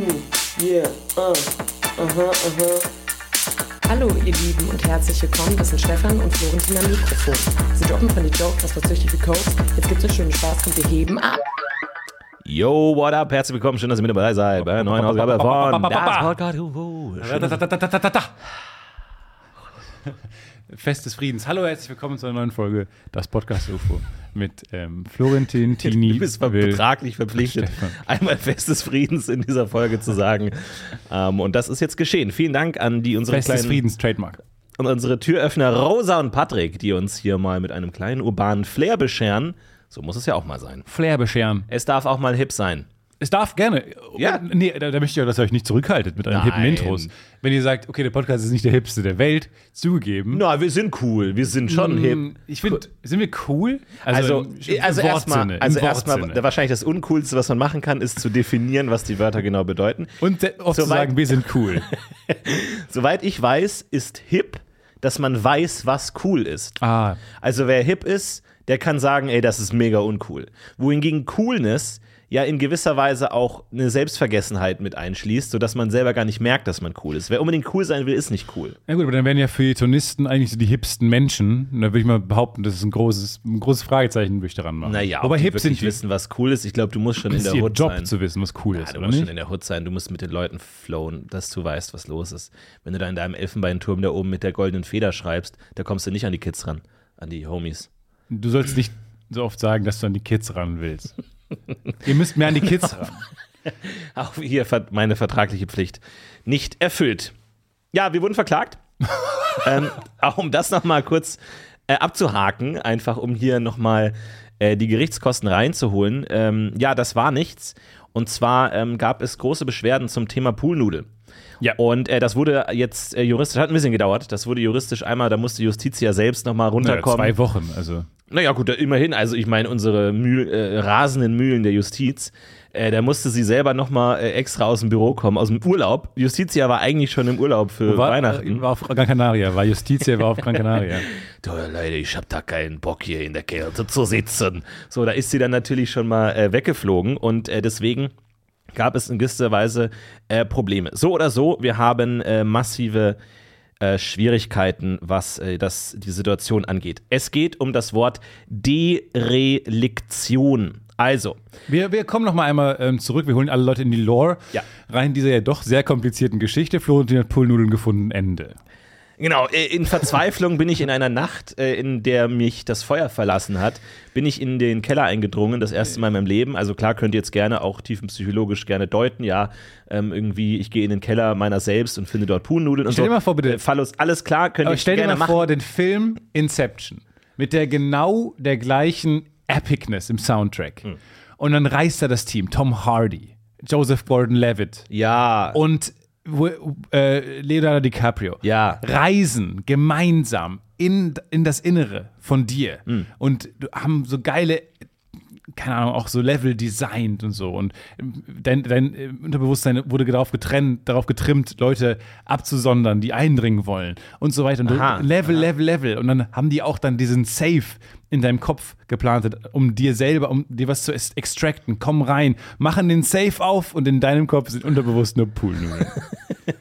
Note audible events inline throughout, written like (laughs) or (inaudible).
Mm, yeah, uh, uh-huh. aha, aha. Hallo ihr Lieben und herzlich willkommen, das sind Stefan und Florentin am Mikrofon. Sie droppen von die Jokes, das verzüchtige Codes. Jetzt gibt's einen schönen Spaß und wir heben ab. Yo, what up? Herzlich willkommen. Schön, dass ihr mit dabei seid bei einer neuen Ausgabe (laughs) von Das Podcast. Schön, dass- Da-da-da-da-da-da-da. Fest des Friedens. Hallo, herzlich willkommen zu einer neuen Folge Das Podcast UFO mit ähm, Florentin (laughs) Tini. Du bist ver- Will. vertraglich verpflichtet, einmal Fest des Friedens in dieser Folge zu sagen. Ähm, und das ist jetzt geschehen. Vielen Dank an die unsere Fest des kleinen, Friedens Trademark. an unsere Türöffner Rosa und Patrick, die uns hier mal mit einem kleinen urbanen Flair bescheren. So muss es ja auch mal sein. Flair bescheren. Es darf auch mal hip sein. Es darf gerne. Ja. Nee, da, da möchte ich auch, dass ihr euch nicht zurückhaltet mit euren Nein. hippen Intros. Wenn ihr sagt, okay, der Podcast ist nicht der hipste der Welt, zugegeben. Na, wir sind cool. Wir sind schon hip. Hm, Ich finde, sind wir cool? Also, im- im also erstmal, Wortsinne, also im erstmal, Wortsinne. wahrscheinlich das Uncoolste, was man machen kann, ist zu definieren, was die Wörter genau bedeuten. Und de- oft zu Soweit- sagen, wir sind (laughs) cool. Soweit ich weiß, ist hip, dass man weiß, was cool ist. Ah, Also wer hip ist, der kann sagen, ey, das ist mega uncool. Wohingegen Coolness ja in gewisser Weise auch eine Selbstvergessenheit mit einschließt, sodass man selber gar nicht merkt, dass man cool ist. Wer unbedingt cool sein will, ist nicht cool. Na gut, aber dann wären ja Feuilletonisten eigentlich so die hipsten Menschen. Und da würde ich mal behaupten, das ist ein großes, ein großes Fragezeichen, würde ich daran machen. Naja, aber ob die hip wirklich sind die. wissen, was cool ist. Ich glaube, du musst schon in ist der ihr Hood Job sein. zu wissen, was cool ja, ist, du oder musst schon nicht? in der Hood sein, du musst mit den Leuten flowen, dass du weißt, was los ist. Wenn du da in deinem Elfenbeinturm da oben mit der goldenen Feder schreibst, da kommst du nicht an die Kids ran, an die Homies. Du sollst nicht so oft sagen, dass du an die Kids ran (laughs) willst. Ihr müsst mehr an die Kids ran. Auch hier ver- meine vertragliche Pflicht nicht erfüllt. Ja, wir wurden verklagt. ähm, auch um das nochmal kurz äh, abzuhaken, einfach um hier nochmal äh, die Gerichtskosten reinzuholen. Ähm, ja, das war nichts. Und zwar ähm, gab es große Beschwerden zum Thema Poolnudel. Ja. Und äh, das wurde jetzt äh, juristisch, hat ein bisschen gedauert, das wurde juristisch einmal, da musste Justitia selbst nochmal Naja, runterkommen. zwei Wochen, also. Naja, gut, da immerhin. Also, ich meine, unsere Mühl, äh, rasenden Mühlen der Justiz, äh, da musste sie selber nochmal äh, extra aus dem Büro kommen, aus dem Urlaub. Justitia war eigentlich schon im Urlaub für Weihnachten. War äh, auf Gran Canaria, war Justitia, war auf Gran Canaria. (laughs) Du, Leute, ich hab da keinen Bock hier in der Kälte zu sitzen. So, da ist sie dann natürlich schon mal äh, weggeflogen und äh, deswegen gab es in gewisser Weise äh, Probleme. So oder so, wir haben äh, massive äh, Schwierigkeiten, was äh, das, die Situation angeht. Es geht um das Wort Dereliktion. Also, Wir, wir kommen noch mal einmal ähm, zurück. Wir holen alle Leute in die Lore Ja. rein dieser ja doch sehr komplizierten Geschichte. Florentin hat Pullnudeln gefunden. Ende. Genau, äh, in Verzweiflung bin ich in einer Nacht, äh, in der mich das Feuer verlassen hat, bin ich in den Keller eingedrungen, das erste Mal in meinem Leben. Also klar, könnt ihr jetzt gerne auch tiefenpsychologisch gerne deuten, ja, ähm, irgendwie, ich gehe in den Keller meiner selbst und finde dort Puhnnudeln und Stell so. dir mal vor, bitte. Äh, Phallus, alles klar, könnt Aber ihr stell dir gerne mal machen. vor, den Film Inception mit der genau der gleichen Epicness im Soundtrack. Hm. Und dann reißt er das Team, Tom Hardy, Joseph Gordon-Levitt ja, und Wi- äh, Leonardo DiCaprio. ja. Reisen gemeinsam in, in das Innere von dir Mm. und du- haben so geile, keine Ahnung, auch so Level designt und so. Und dein, dein äh, Unterbewusstsein wurde darauf getrennt, darauf getrimmt, Leute abzusondern, die eindringen wollen und so weiter. Und du- Aha, Level, Level, Level. Und dann haben die auch dann diesen Safe in deinem Kopf geplantet, um dir selber, um dir was zu es- extracten. Komm rein, machen den Safe auf und in deinem Kopf sind unterbewusst nur (laughs) Poolnudeln. Stell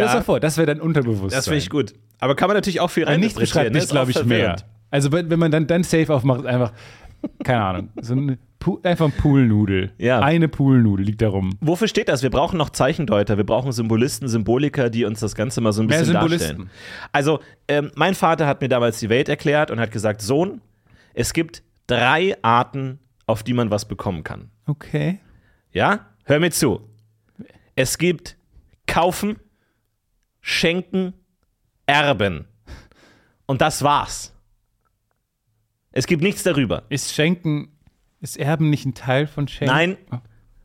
dir das Ja. mal vor, das wäre dein Unterbewusstsein. Das finde ich gut. Aber kann man natürlich auch viel Ein rein Nichts beschreibt mich, glaube ich, mehr. Also wenn, wenn man dann, dann Safe aufmacht, ist einfach, keine Ahnung, so eine, Pu- einfach ein Poolnudel. Ja. Eine Poolnudel liegt da rum. Wofür steht das? Wir brauchen noch Zeichendeuter, wir brauchen Symbolisten, Symboliker, die uns das Ganze mal so ein Mehr bisschen darstellen. Symbolisten. Also, ähm, mein Vater hat mir damals die Welt erklärt und hat gesagt: Sohn, es gibt drei Arten, auf die man was bekommen kann. Okay. Ja? Hör mir zu. Es gibt kaufen, schenken, erben. Und das war's. Es gibt nichts darüber. Ist Schenken, ist Erben nicht ein Teil von Schenken? Nein,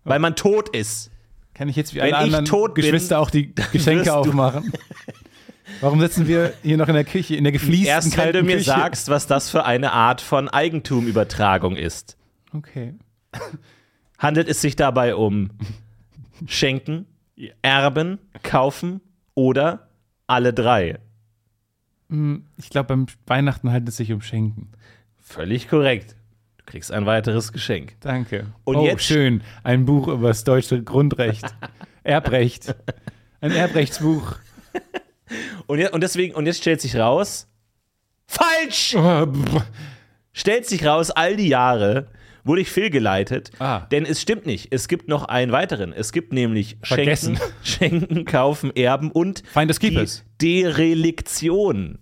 weil man tot ist. Kann ich jetzt wie Wenn alle ich anderen tot bin, Geschwister auch (laughs) die wirst du- Geschenke aufmachen? Warum sitzen wir hier noch in der Küche, in der gefliesten, Erst wenn kalten du mir Küche? sagst, was das für eine Art von Eigentumübertragung ist. Okay. Handelt es sich dabei um Schenken, Erben, Kaufen oder alle drei? Ich glaube, beim Weihnachten handelt es sich um Schenken. Völlig korrekt. Du kriegst ein weiteres Geschenk. Danke. Und oh, jetzt- schön. Ein Buch über das (laughs) deutsche Grundrecht. Erbrecht. Ein Erbrechtsbuch. Und, je, und deswegen, und jetzt stellt sich raus, falsch! Ah, pff. Stellt sich raus, all die Jahre wurde ich fehlgeleitet, Ah. denn es stimmt nicht. Es gibt noch einen weiteren. Es gibt nämlich Vergessen. Schenken, (laughs) Schenken, Kaufen, Erben und Finders die Keepers. Dereliktion.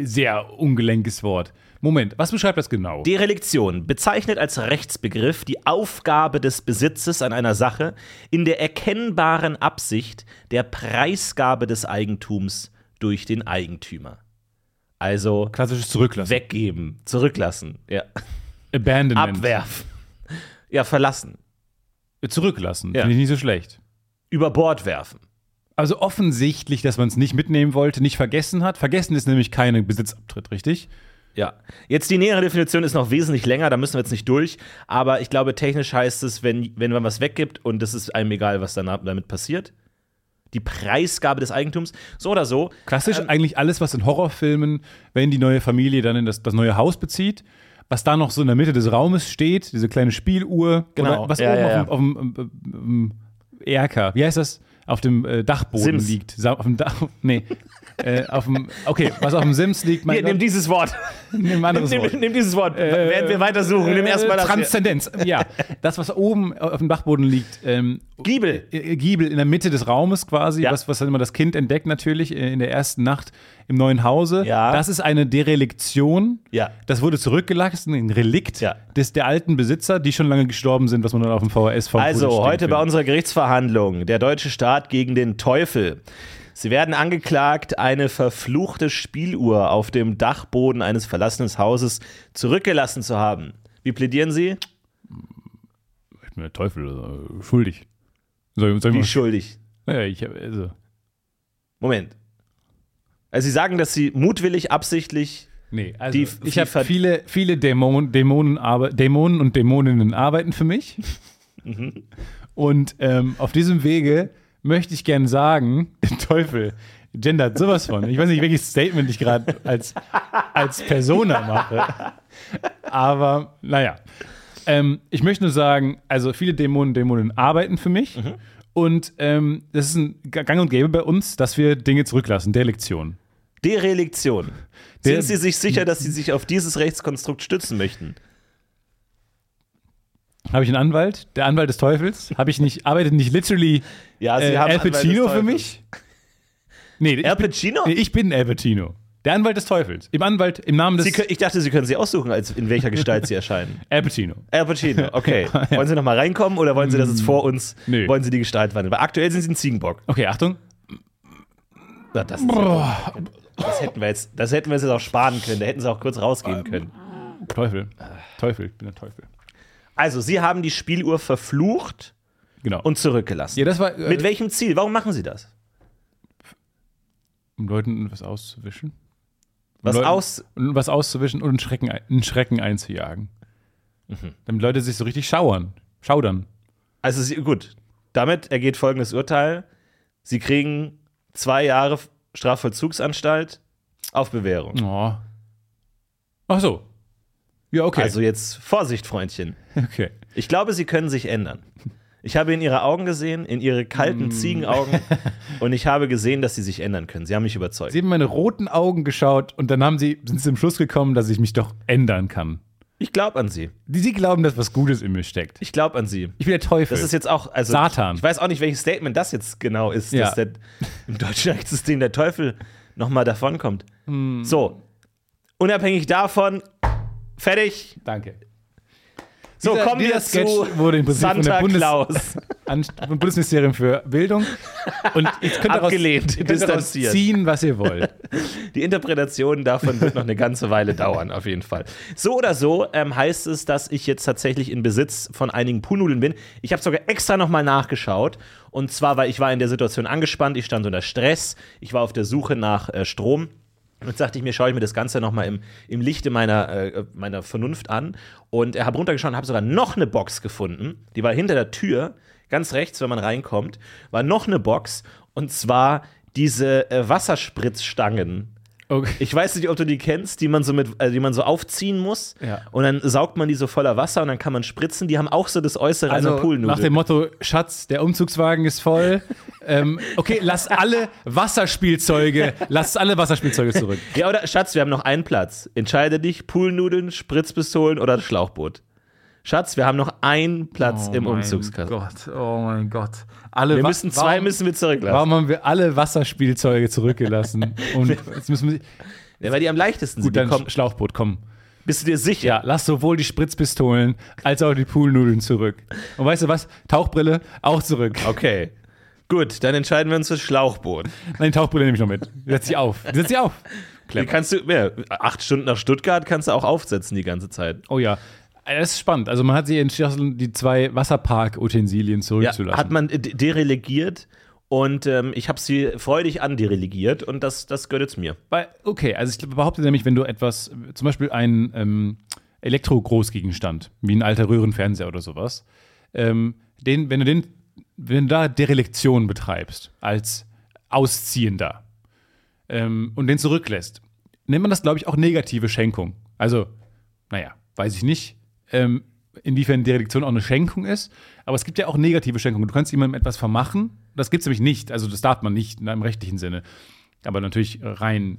Sehr ungelenkes Wort. Moment, was beschreibt das genau? Dereliktion bezeichnet als Rechtsbegriff die Aufgabe des Besitzes an einer Sache in der erkennbaren Absicht der Preisgabe des Eigentums durch den Eigentümer. Also Klassisches Zurücklassen. weggeben, zurücklassen, ja. Abandonment. abwerfen, ja, verlassen, Zurücklassen. Ja. Finde ich nicht so schlecht. über Bord werfen. Also offensichtlich, dass man es nicht mitnehmen wollte, nicht vergessen hat. Vergessen ist nämlich kein Besitzabtritt, richtig? Ja, jetzt die nähere Definition ist noch wesentlich länger, da müssen wir jetzt nicht durch, aber ich glaube, technisch heißt es, wenn, wenn man was weggibt und es ist einem egal, was danach, damit passiert. Die Preisgabe des Eigentums, so oder so. Klassisch eigentlich alles, was in Horrorfilmen, wenn die neue Familie dann in das, das neue Haus bezieht, was da noch so in der Mitte des Raumes steht, diese kleine Spieluhr, Genau. oder was Ja, oben ja, auf dem, auf dem, ähm, ähm, Erker, wie heißt das? Auf dem äh, Dachboden Sims. liegt. Sa auf dem Dach, nee. äh, auf dem, okay, was auf dem Sims liegt, mein Hier, nimm Gott, dieses Wort. nimm ein (laughs) anderes Nimm, Wort. nimm dieses Wort. Während wir weitersuchen, nimm erstmal Äh, das. hier. Transzendenz, ja. Das, was oben auf dem Dachboden liegt, ähm, Giebel. äh, Giebel in der Mitte des Raumes quasi, Ja. was, was dann immer das Kind entdeckt natürlich äh, in der ersten Nacht im neuen Hause. Ja. Das ist eine Dereliktion. Ja. Das wurde zurückgelassen, ein Relikt Ja. des, der alten Besitzer, die schon lange gestorben sind, was man dann auf dem VHS vom Also, heute bei uns. unserer Gerichtsverhandlung, der deutsche Staat gegen den Teufel. Sie werden angeklagt, eine verfluchte Spieluhr auf dem Dachboden eines verlassenen Hauses zurückgelassen zu haben. Wie plädieren Sie? Ich bin der Teufel, äh, schuldig. Soll, soll Wie ich mal, schuldig. naja, ich, hab- also, Moment. Also, Sie sagen, dass Sie mutwillig, absichtlich. nee, also Die- ich die habe ver- viele, viele Dämonen, Dämonen, arbe- Dämonen und Dämoninnen arbeiten für mich. Und ähm, auf diesem Wege möchte ich gern sagen, (laughs) Teufel, gendert sowas von. Ich weiß nicht, welches Statement ich gerade als, als Persona mache. Aber naja. Ähm, ich möchte nur sagen, also viele Dämonen, Dämonen arbeiten für mich. Und ähm, das ist ein Ga- Gang und Gäbe bei uns, dass wir Dinge zurücklassen, der Lektion. Dereliktion. Der- Sind Sie sich sicher, dass Sie sich auf dieses Rechtskonstrukt stützen möchten? Habe ich einen Anwalt? Der Anwalt des Teufels? Habe ich nicht, arbeitet nicht literally Ja, Also Sie äh, haben Al Anwalt des Pacino für Teufels. mich? Nee, ich Al bin- Pacino? Nee, ich bin Al Pacino. Der Anwalt des Teufels. Im Anwalt, im Namen des Sie kö- ich dachte, Sie können sie aussuchen, als in welcher Gestalt sie (laughs) erscheinen. Al Pacino. Al Pacino, okay. Wollen Sie nochmal reinkommen oder wollen Sie das Mm, jetzt vor uns? Nö. Wollen Sie die Gestalt wandeln? Weil aktuell sind Sie ein Ziegenbock. Okay, Achtung. Na, das, ist ja- das, hätten wir jetzt, das hätten wir uns jetzt auch sparen können. Da hätten Sie auch kurz Ähm. rausgehen können. Teufel. Teufel, ich bin der Teufel. Also, Sie haben die Spieluhr verflucht Genau. und zurückgelassen. ja, das war, äh, Mit welchem Ziel? Warum machen Sie das? um Leuten was auszuwischen. Was Leuten- aus. Und was auszuwischen und einen Schrecken, ein- einen Schrecken einzujagen. Mhm. Damit Leute sich so richtig schauern. Schaudern. Also, sie, gut. Damit ergeht folgendes Urteil: Sie kriegen zwei Jahre Strafvollzugsanstalt auf Bewährung. Oh. Ach so. Ja, okay. Also, jetzt Vorsicht, Freundchen. okay. Ich glaube, sie können sich ändern. Ich habe in ihre Augen gesehen, in ihre kalten Mm. (laughs) Ziegenaugen und ich habe gesehen, dass sie sich ändern können. Sie haben mich überzeugt. Sie haben in meine roten Augen geschaut und dann haben sie, sind sie zum Schluss gekommen, dass ich mich doch ändern kann. ich glaube an sie. Die- Sie glauben, dass was Gutes in mir steckt. Ich glaube an sie. Ich bin der Teufel. Das ist jetzt auch, also Satan. ich weiß auch nicht, welches Statement das jetzt genau ist, Ja. dass der, im deutschen Rechtssystem der Teufel nochmal davonkommt. Hm. So, unabhängig davon, fertig. Danke. So, Dieser- kommen dieser wir Sketch zu wurde im Prinzip von der Santa Bundes- Claus. (laughs) An, vom Bundesministerium für Bildung. Und jetzt könnt ihr daraus, Abgelehnt, ihr könnt daraus distanziert. ziehen, was ihr wollt. Die Interpretation davon wird noch eine ganze Weile dauern, auf jeden Fall. So oder so ähm, heißt es, dass ich jetzt tatsächlich in Besitz von einigen Punudeln bin. Ich habe sogar extra nochmal nachgeschaut. Und zwar, weil ich war in der Situation angespannt, ich stand unter Stress, ich war auf der Suche nach äh, Strom. Jetzt dachte ich mir, schaue ich mir das Ganze nochmal im, im Lichte meiner, äh, meiner Vernunft an. Und äh, habe runtergeschaut und habe sogar noch eine Box gefunden. Die war hinter der Tür, ganz rechts, wenn man reinkommt, ne war noch eine Box. Und zwar diese äh, Wasserspritzstangen Okay. (laughs) Ich weiß nicht, ob du die kennst, die man so mit, also die man so aufziehen muss. Ja. Und dann saugt man die so voller Wasser und dann kann man spritzen. Die haben auch so das Äußere Also einer Poolnudel. nach dem Motto, Schatz, der Umzugswagen ist (laughs) voll. ähm, okay, lass alle Wasserspielzeuge, lass alle Wasserspielzeuge zurück. ja, oder Schatz, wir haben noch einen Platz. Entscheide dich, Poolnudeln, Spritzpistolen oder das Schlauchboot. Schatz, wir haben noch einen Platz im Umzugskasten. Oh Gott, oh mein Gott. Alle Wir Wa- müssen zwei warum, müssen wir zurücklassen. Warum haben wir alle (laughs) Wasserspielzeuge zurückgelassen? Und jetzt müssen wir. Ja, weil die am leichtesten Gut, sind. dann Die kommen, Sch- Schlauchboot, komm. bist du dir sicher? Ja, lass sowohl die Spritzpistolen als auch die Poolnudeln zurück. Und weißt du was? Tauchbrille auch zurück. Okay. Gut, dann entscheiden wir uns fürs Schlauchboot. Nein, die Tauchbrille nehme ich noch mit. Setz sie auf. Setz sie auf. Die kannst du, ja, acht Stunden nach Stuttgart kannst du auch aufsetzen die ganze Zeit. Oh ja. Das ist spannend. Also man hat sich entschlossen, die zwei Wasserpark-Utensilien Ja, zurückzulassen. hat man äh, de- derelegiert und ähm, ich habe sie freudig anderelegiert und das, das gehört jetzt mir. Weil, okay, also ich behaupte nämlich, wenn du etwas, zum Beispiel einen ähm, Elektro-Großgegenstand, wie ein alter Röhrenfernseher oder sowas, ähm, den, wenn du den, wenn du da Derelektion betreibst als Ausziehender ähm, und den zurücklässt, nennt man das, glaube ich, auch negative Schenkung. Also, naja, weiß ich nicht, ähm, inwiefern Derelektion auch eine Schenkung ist, aber es gibt ja auch negative Schenkungen. Du kannst jemandem etwas vermachen, das gibt es nämlich nicht, also das darf man nicht in einem rechtlichen Sinne. Aber natürlich rein,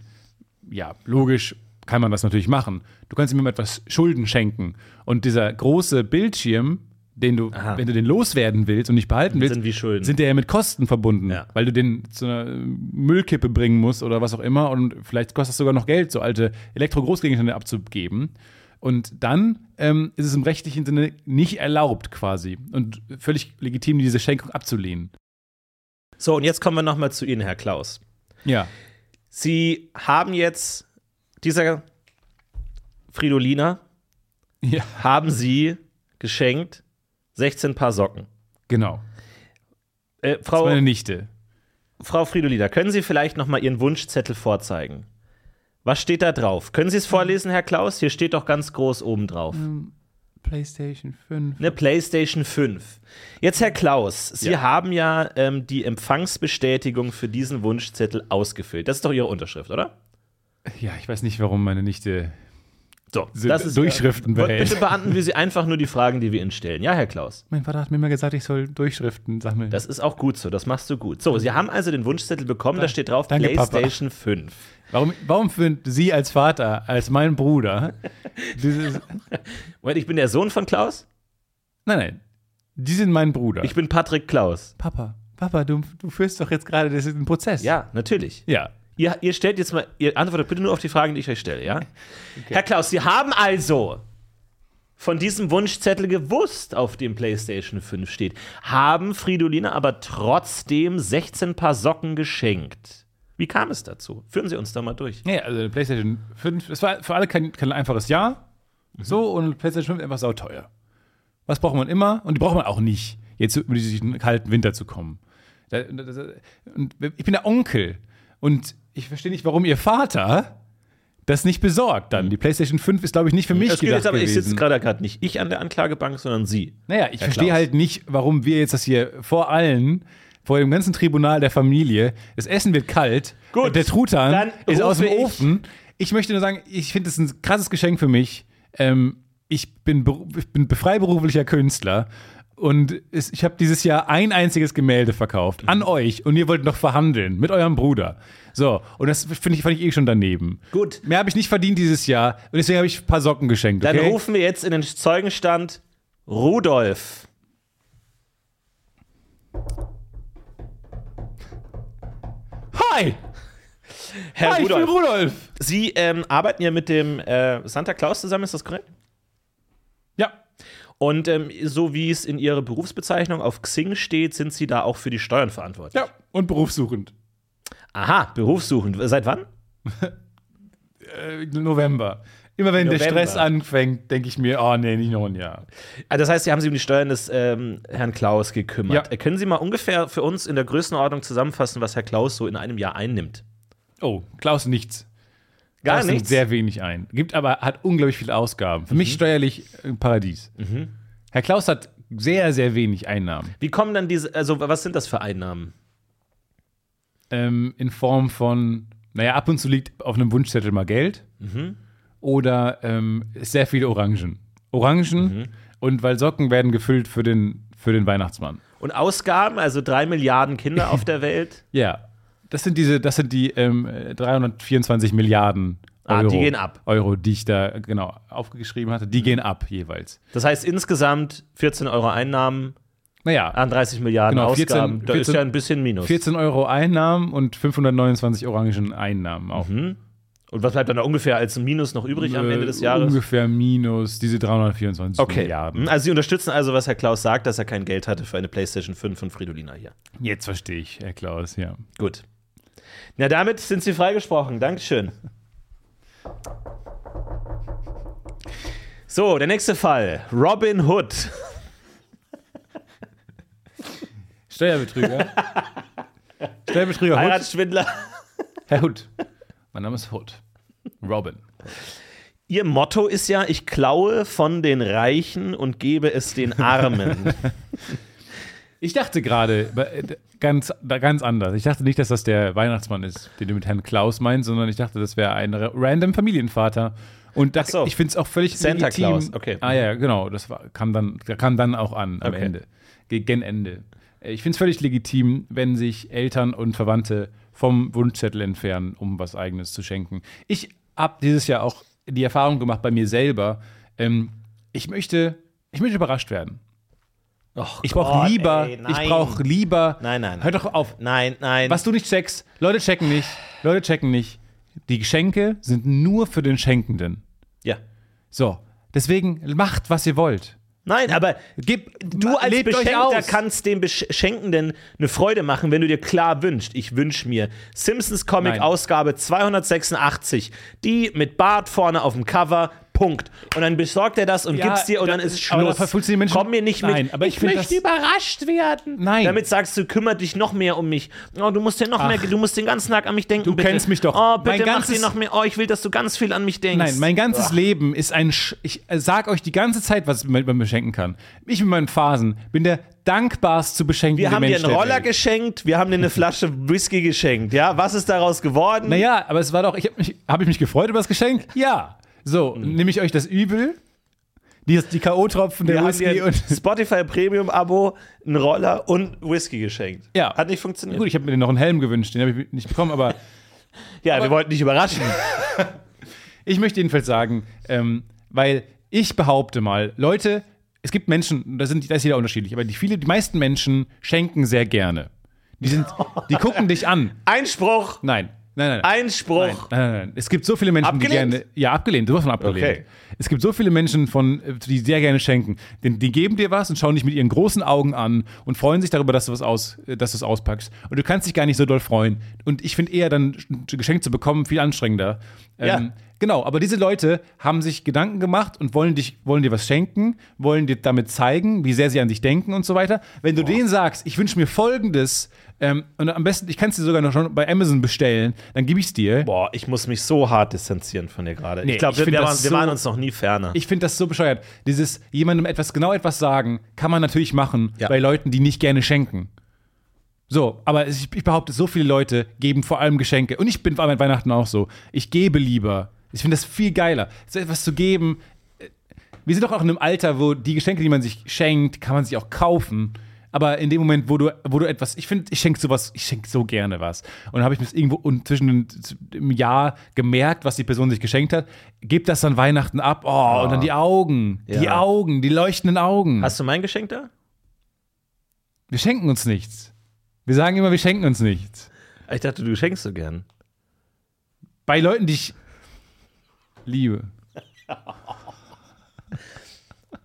ja, logisch kann man das natürlich machen. Du kannst ihm etwas Schulden schenken. Und dieser große Bildschirm, den du, wenn du den loswerden willst und nicht behalten willst, wie Schulden. sind der ja mit Kosten verbunden, Ja. weil du den zu einer Müllkippe bringen musst oder was auch immer. Und vielleicht kostet das sogar noch Geld, so alte Elektro-Großgegenstände abzugeben. Und dann ähm, ist es im rechtlichen Sinne nicht erlaubt quasi und völlig legitim, diese Schenkung abzulehnen. So, und jetzt kommen wir nochmal zu Ihnen, Herr Klaus. Ja. Sie haben jetzt dieser Fridolina, Ja. haben Sie geschenkt 16 Paar Socken. Genau. Äh, Das ist Frau, meine Nichte. Frau Fridolina, können Sie vielleicht nochmal Ihren Wunschzettel vorzeigen? Was steht da drauf? Können Sie es vorlesen, Herr Klaus? Hier steht doch ganz groß oben drauf. Ähm, PlayStation 5. Eine Ne, PlayStation 5. Jetzt, Herr Klaus, Sie haben ja ähm, die Empfangsbestätigung für diesen Wunschzettel ausgefüllt. Das ist doch Ihre Unterschrift, oder? Ja, ich weiß nicht, warum meine Nichte. So, So Durchschriften Äh, behält. bitte beantworten wir Sie einfach nur die Fragen, die wir Ihnen stellen. Ja, Herr Klaus, Mein Vater hat mir immer gesagt, ich soll Durchschriften sammeln. das ist auch gut so, das machst du gut. So, Sie haben also den Wunschzettel bekommen, da steht drauf Danke, Papa. PlayStation 5. warum, warum führt sie als Vater, als mein Bruder, dieses. Moment, ich bin der Sohn von Klaus? Nein, nein. Die sind mein Bruder. Ich bin Patrick Klaus. Papa, Papa, du, du führst doch jetzt gerade das- den Prozess. Ja, natürlich. Ja. Ihr, ihr stellt jetzt mal, ihr antwortet bitte nur auf die Fragen, die ich euch stelle, ja? Herr Klaus, Sie haben also von diesem Wunschzettel gewusst, auf dem PlayStation 5 steht, haben Fridolina aber trotzdem 16 Paar Socken geschenkt. Wie kam es dazu? Führen Sie uns da mal durch. Ja, also PlayStation 5, es war für alle kein, kein einfaches Jahr. So, und PlayStation 5 einfach sauteuer. Was braucht man immer? Und die braucht man auch nicht, jetzt über diesen kalten Winter zu kommen. Da- da- da- Und ich bin der Onkel. Und ich verstehe nicht, warum ihr Vater das nicht besorgt dann. Die PlayStation 5 ist, glaube ich, nicht für mich Das geht gedacht jetzt aber, ich gewesen. sitze gerade gerade nicht ich an der Anklagebank, sondern Sie. Naja, ich Herr verstehe Klaus. halt nicht, warum wir jetzt das hier vor allen, vor dem ganzen Tribunal der Familie, das Essen wird kalt, Gut, der Truthahn dann ist aus dem rufe ich- Ofen. Ich möchte nur sagen, ich finde es ein krasses Geschenk für mich. Ähm, ich, bin, beru- ich bin freiberuflicher Künstler und es, ich habe dieses Jahr ein einziges Gemälde verkauft Mhm. an euch und ihr wollt noch verhandeln mit eurem Bruder. So, und das finde ich, fand ich eh schon daneben. Gut. Mehr habe ich nicht verdient dieses Jahr und deswegen habe ich ein paar Socken geschenkt. Dann okay? rufen wir jetzt in den Zeugenstand Rudolf. Hi! Herr Hi, ich bin Rudolf, Rudolf! Sie ähm, arbeiten ja mit dem äh, Santa Claus zusammen, ist das korrekt? Ja, Und ähm, so wie es in Ihrer Berufsbezeichnung auf Xing steht, sind Sie da auch für die Steuern verantwortlich. Ja, und berufssuchend. Aha, berufssuchend. Seit wann? Äh, November. Immer wenn November. der Stress anfängt, denke ich mir, oh nee, nicht noch ein Jahr. Ah, Das heißt, Sie haben sich um die Steuern des ähm, Herrn Klaus gekümmert. Ja. Äh, Können Sie mal ungefähr für uns in der Größenordnung zusammenfassen, was Herr Klaus so in einem Jahr einnimmt? Oh, Klaus nichts. Gar Klaus nimmt nichts. Mhm. sehr wenig ein. Gibt aber, hat unglaublich viele Ausgaben. Für mich steuerlich ein Paradies. Herr Klaus hat sehr, sehr wenig Einnahmen. Wie kommen dann diese, also was sind das für Einnahmen? Ähm, in Form von Naja, ab und zu liegt auf einem Wunschzettel mal Geld Mhm. oder ähm, sehr viele Orangen. Orangen Mhm. und weil Socken werden gefüllt für den, für den Weihnachtsmann. Und Ausgaben, also drei Milliarden Kinder auf der Welt, Ja, das sind diese, das sind die ähm, 324 Milliarden Ah, Euro, die gehen ab. Euro, die ich da genau aufgeschrieben hatte, die gehen ab jeweils. das heißt insgesamt 14 Euro Einnahmen Naja, an 30 Milliarden Genau, 14 Ausgaben. da ist 14 ja ein bisschen Minus. 14 Euro Einnahmen und 529 Orangen Einnahmen auch. Und was bleibt dann da ungefähr als Minus noch übrig Mhm. am Ende des Äh, Jahres? Ungefähr minus diese 324 Okay. Milliarden. Also sie unterstützen also, was Herr Klaus sagt, dass er kein Geld hatte für eine PlayStation 5 von Fridolina hier. Jetzt verstehe ich, Herr Klaus, ja. Gut. Na, damit sind Sie freigesprochen. Dankeschön. So, der nächste Fall. Robin Hood. Steuerbetrüger. (laughs) Steuerbetrüger Hood. Heiratsschwindler. Herr Hood. Mein Name ist Hood. Robin. Ihr Motto ist ja, ich klaue von den Reichen und gebe es den (laughs) Armen. Ich dachte gerade äh, ganz, da- ganz anders. Ich dachte nicht, dass das der Weihnachtsmann ist, den du mit Herrn Klaus meinst, sondern ich dachte, das wäre ein ra- random Familienvater. Und da, so. ich finde es auch völlig Santa legitim. Claus, okay. Ah ja, genau. Das war, kam, dann, da kam dann auch an am Okay. Ende. Gegen Ende. Äh, Ich finde es völlig legitim, wenn sich Eltern und Verwandte vom Wunschzettel entfernen, um was Eigenes zu schenken. Ich habe dieses Jahr auch die Erfahrung gemacht bei mir selber. Ähm, ich, möchte, ich möchte überrascht werden. Ich brauche Gott, lieber, Oh, ey, nein. ich brauche lieber. Nein, nein, nein. Hör doch auf. nein, nein. Was du nicht checkst, Leute checken nicht. Leute checken nicht. Die Geschenke sind nur für den Schenkenden. Ja. So, deswegen macht, was ihr wollt. Nein, aber Gib, du als lebt euch Beschenkter aus. kannst dem Beschenkenden eine Freude machen, wenn du dir klar wünscht. Ich wünsche mir Simpsons Comic Nein. Ausgabe 286, die mit Bart vorne auf dem Cover. Punkt. Und dann besorgt er das und Ja, gibt's dir und da- dann ist aber da Schluss. verfühlst du die Menschen- Komm mir nicht mit. Nein, aber ich find möchte das- überrascht werden. Nein. Damit sagst du, kümmere dich noch mehr um mich. Oh, du musst ja noch mehr, du musst den ganzen Tag an mich denken. Du bitte. kennst mich doch. Oh, Mein bitte mach dir ganzes- noch mehr. Oh, ich will, dass du ganz viel an mich denkst. Nein, mein ganzes Leben ist ein. Sch ich äh, sag euch die ganze Zeit, was man man mir schenken kann. Ich mit meinen Phasen bin der dankbarst zu beschenkende Wir haben Mensch dir einen der Roller Welt. geschenkt, wir haben dir eine Flasche Whisky geschenkt, ja? Was ist daraus geworden? Naja, aber es war doch, ich habe mich, hab ich mich gefreut über das Geschenk? Ja. So, Mhm. nehme ich euch das übel? Die, die K.O.-Tropfen, wir der haben Whisky dir ein und. Spotify Premium Abo, einen Roller und Whisky geschenkt. Ja. Hat nicht funktioniert. Gut, ich habe mir noch einen Helm gewünscht, den habe ich nicht bekommen, aber ja, wir wollten dich (laughs) überraschen. ich möchte jedenfalls sagen, ähm, weil ich behaupte mal, Leute, es gibt Menschen, da, sind, da ist jeder unterschiedlich, aber die, viele, die meisten Menschen schenken sehr gerne. Die, sind, die gucken dich an. Einspruch, Nein, nein, nein. Einspruch. Nein, nein, nein. Äh, Es gibt so viele Menschen, Abgelehnt? die gerne. Ja, abgelehnt, sowas von abgelehnt. Okay. Es gibt so viele Menschen, von, äh, die sehr gerne schenken. Denn die geben dir was und schauen dich mit ihren großen Augen an und freuen sich darüber, dass du was aus, äh, dass du es auspackst. Und du kannst dich gar nicht so doll freuen. Und ich finde eher dann ein Geschenk zu bekommen viel anstrengender. Ja. Genau, aber diese Leute haben sich Gedanken gemacht und wollen, dich, wollen dir was schenken, wollen dir damit zeigen, wie sehr sie an dich denken und so weiter. Wenn du denen sagst, ich wünsche mir Folgendes ähm, und am besten, ich kann es dir sogar noch schon bei Amazon bestellen, dann gebe ich es dir. Boah, ich muss mich so hart distanzieren von dir gerade. Nee, ich glaube, ich wir, find wir, das waren, wir so- waren uns noch nie ferner. Ich finde das so bescheuert. Dieses jemandem etwas genau etwas sagen, kann man natürlich machen Ja. bei Leuten, die nicht gerne schenken. So, aber es- ich, ich behaupte, so viele Leute geben vor allem Geschenke. Und ich bin vor allem an Weihnachten auch so. Ich gebe lieber. Ich finde das viel geiler. So etwas zu geben. äh, Wir sind doch auch in einem Alter, wo die Geschenke, die man sich schenkt, kann man sich auch kaufen. Aber in dem Moment, wo du, wo du etwas, ich finde, ich schenke sowas, ich schenke so gerne was. Und dann habe ich mir das irgendwo un- zwischen den- z- im Jahr gemerkt, was die Person sich geschenkt hat. Gib das dann Weihnachten ab. Oh, und dann die Augen. Die Ah. Ja. Augen, die leuchtenden Augen. Hast du mein Geschenk da? wir schenken uns nichts. Wir sagen immer, wir schenken uns nichts. Ich dachte, du schenkst so gern. bei Leuten, die ich liebe.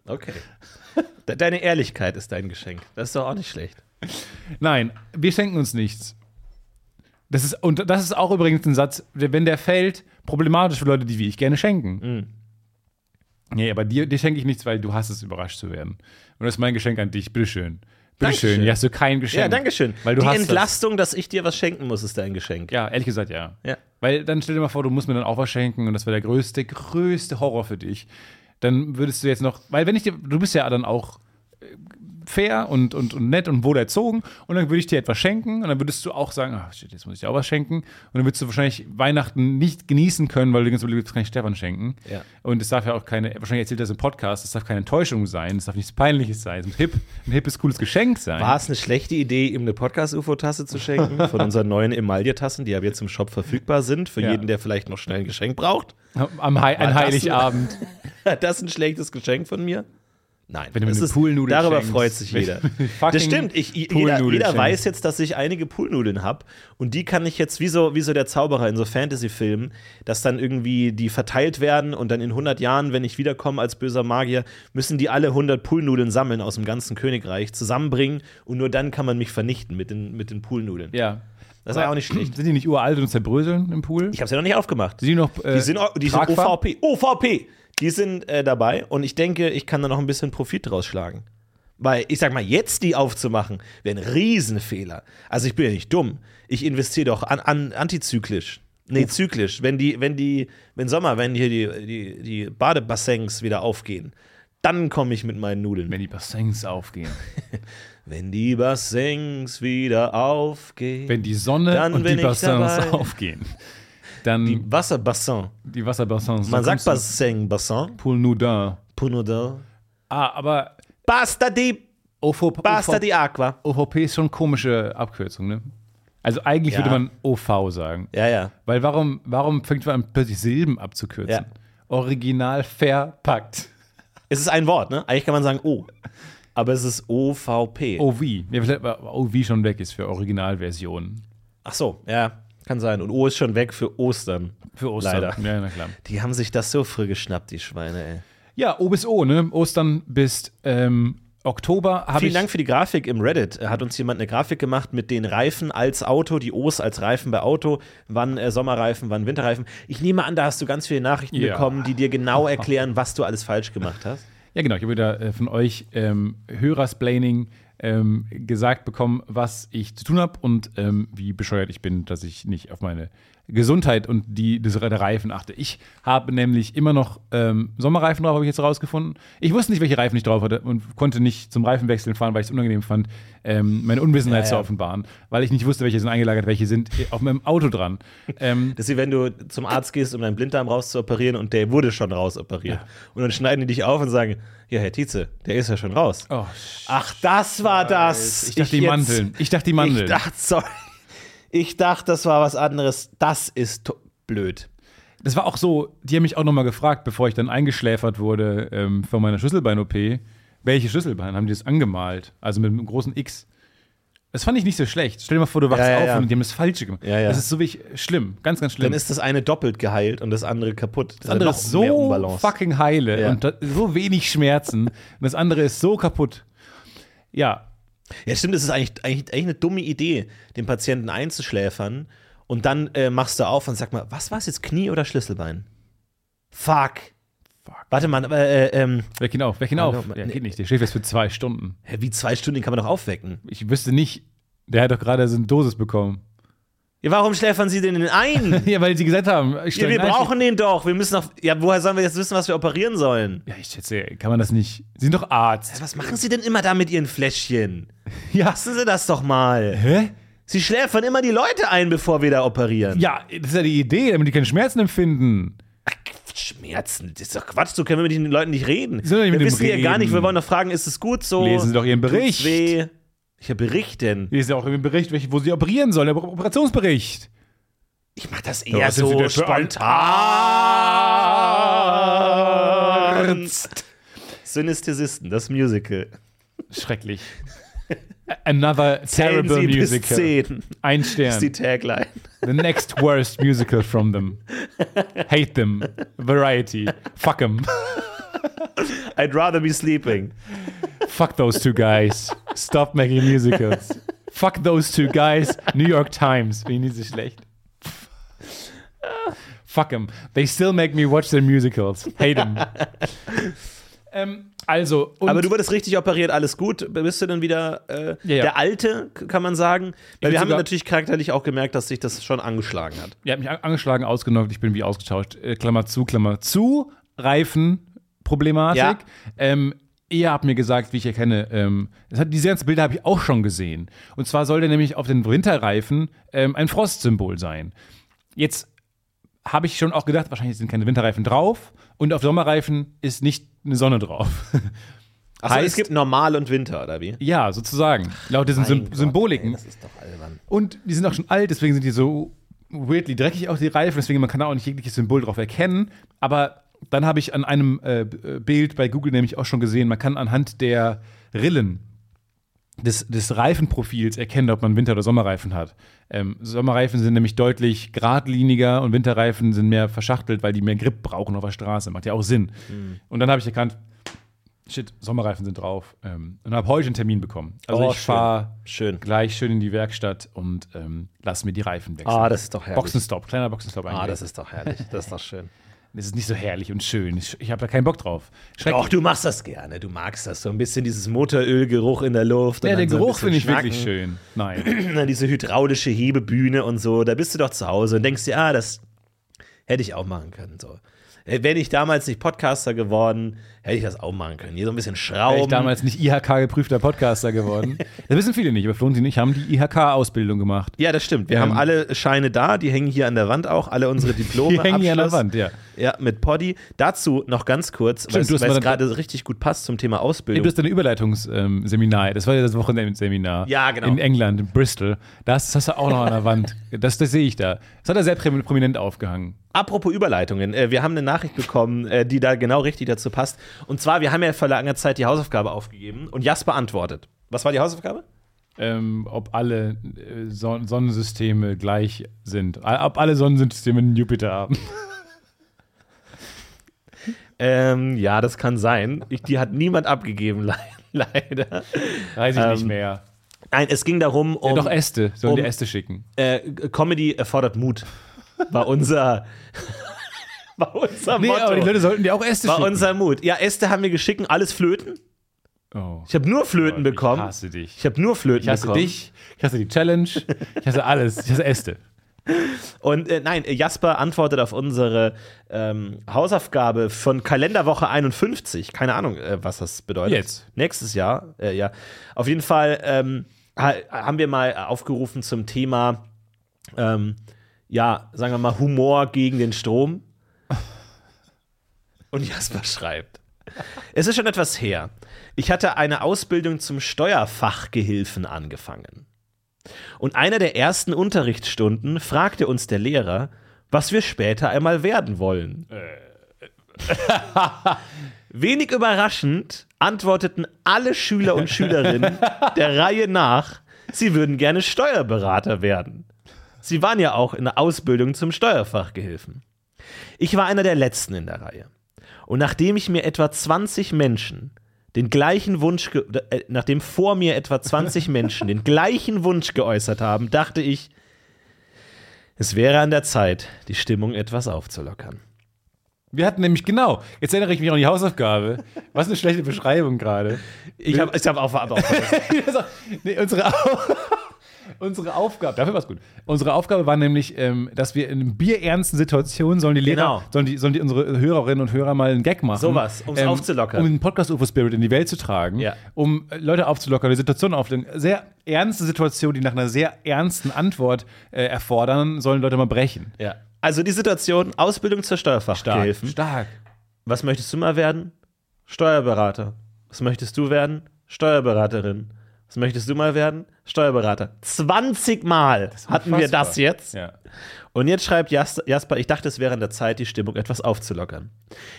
Okay. (laughs) De- Deine Ehrlichkeit ist dein Geschenk. Das ist doch auch nicht schlecht. Nein, wir schenken uns nichts. Das ist, und das ist auch übrigens ein Satz, der- wenn der fällt, problematisch für Leute, die wie ich gerne Mhm. schenken. Nee, aber dir, dir schenke ich nichts, weil du hast es, überrascht zu werden. Und das ist mein Geschenk an dich. Bitteschön. Bitteschön. Dankeschön. Hier hast du kein Geschenk. Ja, danke schön. Weil du Die hast das. Entlastung, dass ich dir was schenken muss, ist dein Geschenk. Ja, ehrlich gesagt, ja. Ja. Weil dann stell dir mal vor, du musst mir dann auch was schenken und das wäre der größte, größte Horror für dich. Dann würdest du jetzt noch, weil wenn ich dir, du bist ja dann auch äh, fair und, und, und nett und wohl erzogen und dann würde ich dir etwas schenken und dann würdest du auch sagen, ach shit, jetzt muss ich dir auch was schenken und dann würdest du wahrscheinlich Weihnachten nicht genießen können, weil du ganz überlegst, das kann ich Stefan schenken. Ja. Und es darf ja auch keine, wahrscheinlich erzählt das im Podcast, es darf keine Enttäuschung sein, es darf nichts Peinliches sein, es muss hip, ein hippes, cooles Geschenk sein. War es eine schlechte Idee, ihm eine Podcast-UFO-Tasse zu schenken? Von unseren neuen Emaille-Tassen, die ab jetzt im Shop verfügbar sind, für Ja. jeden, der vielleicht noch schnell ein Geschenk braucht. Am Hei- War das- an Heiligabend. das ist ein schlechtes Geschenk von mir? Nein, Wenn du mir das eine ist- Poolnudel darüber schenkst. freut sich Wenn- (laughs) jeder. Fucking Das stimmt, ich, i- jeder, Poolnudel jeder schenkst. weiß jetzt, dass ich einige Poolnudeln habe und die kann ich jetzt wie so, wie so der Zauberer in so Fantasy-Filmen, dass dann irgendwie die verteilt werden und dann in 100 Jahren, wenn ich wiederkomme als böser Magier, müssen die alle 100 Poolnudeln sammeln aus dem ganzen Königreich, zusammenbringen und nur dann kann man mich vernichten mit den, mit den Poolnudeln. Ja. Das ist ja auch nicht schlecht. Sind die nicht uralt und zerbröseln im Pool? Ich habe sie ja noch nicht aufgemacht. Sind die noch, äh, die sind, o- die sind tragbar? OVP. OVP! Die sind äh, dabei und ich denke, ich kann da noch ein bisschen Profit draus schlagen. Weil ich sag mal, jetzt die aufzumachen, wäre ein Riesenfehler. Also ich bin ja nicht dumm. Ich investiere doch an, an, antizyklisch. Nee, zyklisch. Wenn die, wenn die, wenn Sommer, wenn hier die, die, die Badebassins wieder aufgehen, dann komme ich mit meinen Nudeln. Wenn die Bassins aufgehen. Wenn die Bassins wieder aufgehen. Wenn die Sonne Dann und die bin ich Bassins dabei. aufgehen. Dann die, Wasserbassin. Wasserbassins. Man sagt Bassins. Bassin, Bassin, Pool Nudin. Punodel. Ah, aber Basta di OVP, Basta di Aqua. OVP ist schon komische Abkürzung, ne? Also eigentlich Ja. würde man OV sagen. Ja, ja. Weil warum, warum fängt man an, plötzlich Silben abzukürzen? Ja. Original verpackt. Es ist ein Wort, ne? Eigentlich kann man sagen O. Aber es ist OVP. OV. Ja, vielleicht, weil OV schon weg ist für Originalversion. Ach so, ja. Kann sein. Und O ist schon weg für Ostern. Für Ostern. Leider. Ja, na klar. Die haben sich das so früh geschnappt, die Schweine, ey. Ja, O bis O, ne? Ostern bis ähm, Oktober habe Vielen ich. Dank für die Grafik im Reddit. Hat uns jemand eine Grafik gemacht mit den Reifen als Auto, die O's als Reifen bei Auto, wann äh, Sommerreifen, wann Winterreifen. Ich nehme an, da hast du ganz viele Nachrichten Ja. bekommen, die dir genau erklären, was du alles falsch gemacht hast. Ja, genau. Ich habe wieder äh, von euch ähm, Hörersplaining ähm, gesagt bekommen, was ich zu tun habe und ähm, wie bescheuert ich bin, dass ich nicht auf meine Gesundheit und die des der Reifen achte. Ich habe nämlich immer noch ähm, Sommerreifen drauf, habe ich jetzt rausgefunden. Ich wusste nicht, welche Reifen ich drauf hatte und konnte nicht zum Reifenwechseln fahren, weil ich es unangenehm fand, ähm, meine Unwissenheit zu offenbaren, weil ich nicht wusste, welche sind eingelagert, welche sind äh, auf meinem Auto dran. Ähm, Das ist wie wenn du zum Arzt gehst, um deinen Blinddarm rauszuoperieren und der wurde schon rausoperiert. Und dann schneiden die dich auf und sagen, ja, Herr Tietze, der ist ja schon raus. oh, Ach, das war das. ich dachte die jetzt- Mandeln. Ich dachte die Mandeln. Ich dachte, sorry. Ich dachte, das war was anderes. Das ist to- blöd. Das war auch so, die haben mich auch nochmal gefragt, bevor ich dann eingeschläfert wurde ähm, von meiner Schlüsselbein-OP, welche Schlüsselbein haben die das angemalt? Also mit einem großen X. Das fand ich nicht so schlecht. Stell dir mal vor, du wachst Ja, ja, auf ja. und die haben das Falsche gemacht. Ja, ja. Das ist so wirklich schlimm, ganz, ganz schlimm. Dann ist das eine doppelt geheilt und das andere kaputt. Das, das andere ist so fucking heile Ja. und da, so wenig Schmerzen. und das andere ist so kaputt. Ja, Ja, stimmt, das ist eigentlich, eigentlich, eigentlich eine dumme Idee, den Patienten einzuschläfern und dann äh, machst du auf und sag mal, was war es jetzt, Knie oder Schlüsselbein? Fuck. Warte mal, aber, äh, ähm, weck ihn auf, weck ihn Hallo, auf. Mann. Ja, geht nicht, der schläft jetzt für zwei Stunden. hä, wie zwei Stunden den kann man doch aufwecken? Ich wüsste nicht, der hat doch gerade so eine Dosis bekommen. Ja, warum schläfern sie den denn (laughs) ein? Ja, weil sie gesagt haben, ich ja, stell wir ihn ein. brauchen den doch. Wir müssen doch. Ja, woher sollen wir jetzt wissen, was wir operieren sollen? Ja, ich schätze, kann man das nicht. Sie sind doch (laughs) Arzt. Was machen sie denn immer da mit ihren Fläschchen? Ja. Lassen sie das doch mal. Hä? Sie schläfern immer die Leute ein, bevor wir da operieren. Ja, das ist ja die Idee, damit die keine Schmerzen empfinden. Schmerzen, das ist doch Quatsch, so können wir mit den Leuten nicht reden. Sollen wir Wir mit dem wissen ja gar reden? nicht, wir wollen doch fragen, ist es gut so? Lesen Sie doch Ihren Tut's Bericht. Weh? Ich Bericht denn? Hier ist ja auch im Bericht, welche- wo sie operieren sollen, der Operationsbericht. Ich mach das Ja, eher was sind Sie so denn für ein spontan. Synästhesisten, das Musical. Schrecklich. (laughs) Another terrible Zählen Sie bis musical. (laughs) zehn. Ein ist die Stern. Tagline. The next worst musical from them. Hate them. Variety. Fuck them. I'd rather be sleeping. Fuck those two guys. Stop making musicals. Fuck those two guys. New York Times. Bin ich nicht so schlecht. Fuck them. They still make me watch their musicals. Hate (laughs) them. ähm, also, und Aber du wurdest richtig operiert, alles gut. Bist du dann wieder äh, Ja, ja. der Alte, k- kann man sagen? Weil bin wir haben sogar- natürlich charakterlich auch gemerkt, dass sich das schon angeschlagen hat. ihr habt mich an- angeschlagen, ausgenockt. Ich bin wie ausgetauscht. Äh, Klammer zu, Klammer zu. Reifen. Problematik. Ja. Ähm, ihr habt mir gesagt, wie ich erkenne, ähm, das hat, diese ganzen Bilder habe ich auch schon gesehen. Und zwar soll der nämlich auf den Winterreifen ähm, ein Frostsymbol sein. Jetzt habe ich schon auch gedacht, wahrscheinlich sind keine Winterreifen drauf und auf Sommerreifen ist nicht eine Sonne drauf. (laughs) Also es Heißt- gibt Normal und Winter, oder wie? ja, sozusagen. Laut diesen Sym Mein Gott, Symboliken. ey, das ist doch albern. Und die sind auch schon alt, deswegen sind die so weirdly dreckig auch die Reifen, deswegen man kann auch nicht jegliches Symbol drauf erkennen. Aber dann habe ich an einem äh, B- Bild bei Google nämlich auch schon gesehen, man kann anhand der Rillen des, des Reifenprofils erkennen, ob man Winter- oder Sommerreifen hat. Ähm, Sommerreifen sind nämlich deutlich geradliniger und Winterreifen sind mehr verschachtelt, weil die mehr Grip brauchen auf der Straße. Macht ja auch Sinn. Mhm. Und dann habe ich erkannt, shit, Sommerreifen sind drauf. Ähm, und habe heute einen Termin bekommen. Also Oh, ich schön. fahre Schön. gleich schön in die Werkstatt und ähm, lass mir die Reifen wechseln. Ah, das ist doch herrlich. Boxenstopp, kleiner Boxenstopp eigentlich. Ah, das ist doch herrlich. Das ist doch (laughs) schön. das ist nicht so herrlich und schön. Ich, ich habe da keinen Bock drauf. Schrecklich. Doch, du machst das gerne. Du magst das. So ein bisschen dieses Motorölgeruch in der Luft. und ja, dann den so ein Geruch bisschen finde ich schnacken. wirklich schön. (clears throat) Nein. Und dann diese hydraulische Hebebühne und so. Da bist du doch zu Hause und denkst dir, ah, das hätte ich auch machen können. So. Äh, Wäre ich damals nicht Podcaster geworden, hätte ich das auch machen können. Hier so ein bisschen Wäre ich Schrauben. damals nicht IHK-geprüfter Podcaster geworden. Das wissen viele nicht, aber Florentin und ich haben die IHK-Ausbildung gemacht. ja, das stimmt. Wir Ähm. haben alle Scheine da, die hängen hier an der Wand auch, alle (laughs) unsere Diplome. Die hängen hier an der Abschluss. Wand, ja. Ja, mit Poddy. Dazu noch ganz kurz, weil es du hast mal dann- gerade richtig gut passt zum Thema Du Ausbildung. hast dein Überleitungsseminar, ähm, das war ja das Wochenendseminar. Ja, genau. In England, in Bristol. Das, das hast du auch noch an der Wand. Das, das sehe ich da. Das hat er sehr prämi- prominent aufgehangen. Apropos Überleitungen, äh, wir haben eine Nachricht bekommen, äh, die da genau richtig dazu passt. Und zwar, wir haben ja vor langer Zeit die Hausaufgabe aufgegeben und Jasper antwortet. Was war die Hausaufgabe? ähm, ob alle äh, Son Sonnensysteme gleich sind. A- Ob alle Sonnensysteme einen Jupiter haben. (laughs) Ähm, ja, das kann sein. Ich, die hat niemand abgegeben, (laughs) le leider. Weiß ich nicht Ähm, mehr. Nein, es ging darum, um ja, doch Äste. Sollen die um- Äste schicken? äh, Comedy erfordert Mut. War unser, (laughs) war unser Nee, Motto. aber die Leute sollten dir auch Äste war schicken. unser Mut. Ja, Äste haben wir geschickt, alles Flöten. oh. Ich habe nur Flöten Gott, bekommen. Ich hasse dich. Ich habe nur Flöten Ich hasse bekommen. dich. Ich hasse die Challenge. Ich hasse alles. Ich hasse Äste. Und äh, nein, Jasper antwortet auf unsere ähm, Hausaufgabe von Kalenderwoche 51. Keine Ahnung, äh, was das bedeutet. Jetzt. Nächstes Jahr, äh, ja. Auf jeden Fall ähm, ha haben wir mal aufgerufen zum Thema, ähm, ja, sagen wir mal, Humor gegen den Strom. Und Jasper schreibt. Es ist schon etwas her. Ich hatte eine Ausbildung zum Steuerfachgehilfen angefangen. Und einer der ersten Unterrichtsstunden fragte uns der Lehrer, was wir später einmal werden wollen. (laughs) Wenig überraschend antworteten alle Schüler und Schülerinnen der Reihe nach, sie würden gerne Steuerberater werden. Sie waren ja auch in der Ausbildung zum Steuerfachgehilfen. Ich war einer der letzten in der Reihe. Und nachdem ich mir etwa 20 Menschen den gleichen Wunsch, ge äh, nachdem vor mir etwa (laughs) 20 Menschen den gleichen Wunsch geäußert haben, dachte ich, es wäre an der Zeit, die Stimmung etwas aufzulockern. Wir hatten nämlich genau. Jetzt erinnere ich mich an die Hausaufgabe. Was eine schlechte Beschreibung gerade. Ich habe ich hab auch, aber auch Also, nee, unsere, Au- (laughs) unsere Aufgabe, dafür war es gut. Unsere Aufgabe war nämlich, ähm, dass wir in bierernsten Situationen sollen die Lehrer, Genau. sollen, die, sollen die unsere Hörerinnen und Hörer mal einen Gag machen. Sowas, um's aufzulockern. Um den Podcast UFO Spirit in die Welt zu tragen, Ja. um äh, Leute aufzulockern, die Situation aufzulockern. Sehr ernste Situationen, die nach einer sehr ernsten Antwort äh, erfordern, sollen Leute mal brechen. (laughs) ja. Also die Situation, Ausbildung zur Steuerfachgehilfen. Stark. Was möchtest du mal werden? Steuerberater. Was möchtest du werden? Steuerberaterin. Was möchtest du mal werden? Steuerberater. 20 Mal hatten wir Unfassbar. das jetzt. Ja. Und jetzt schreibt Jas- Jasper, ich dachte, es wäre an der Zeit, die Stimmung etwas aufzulockern.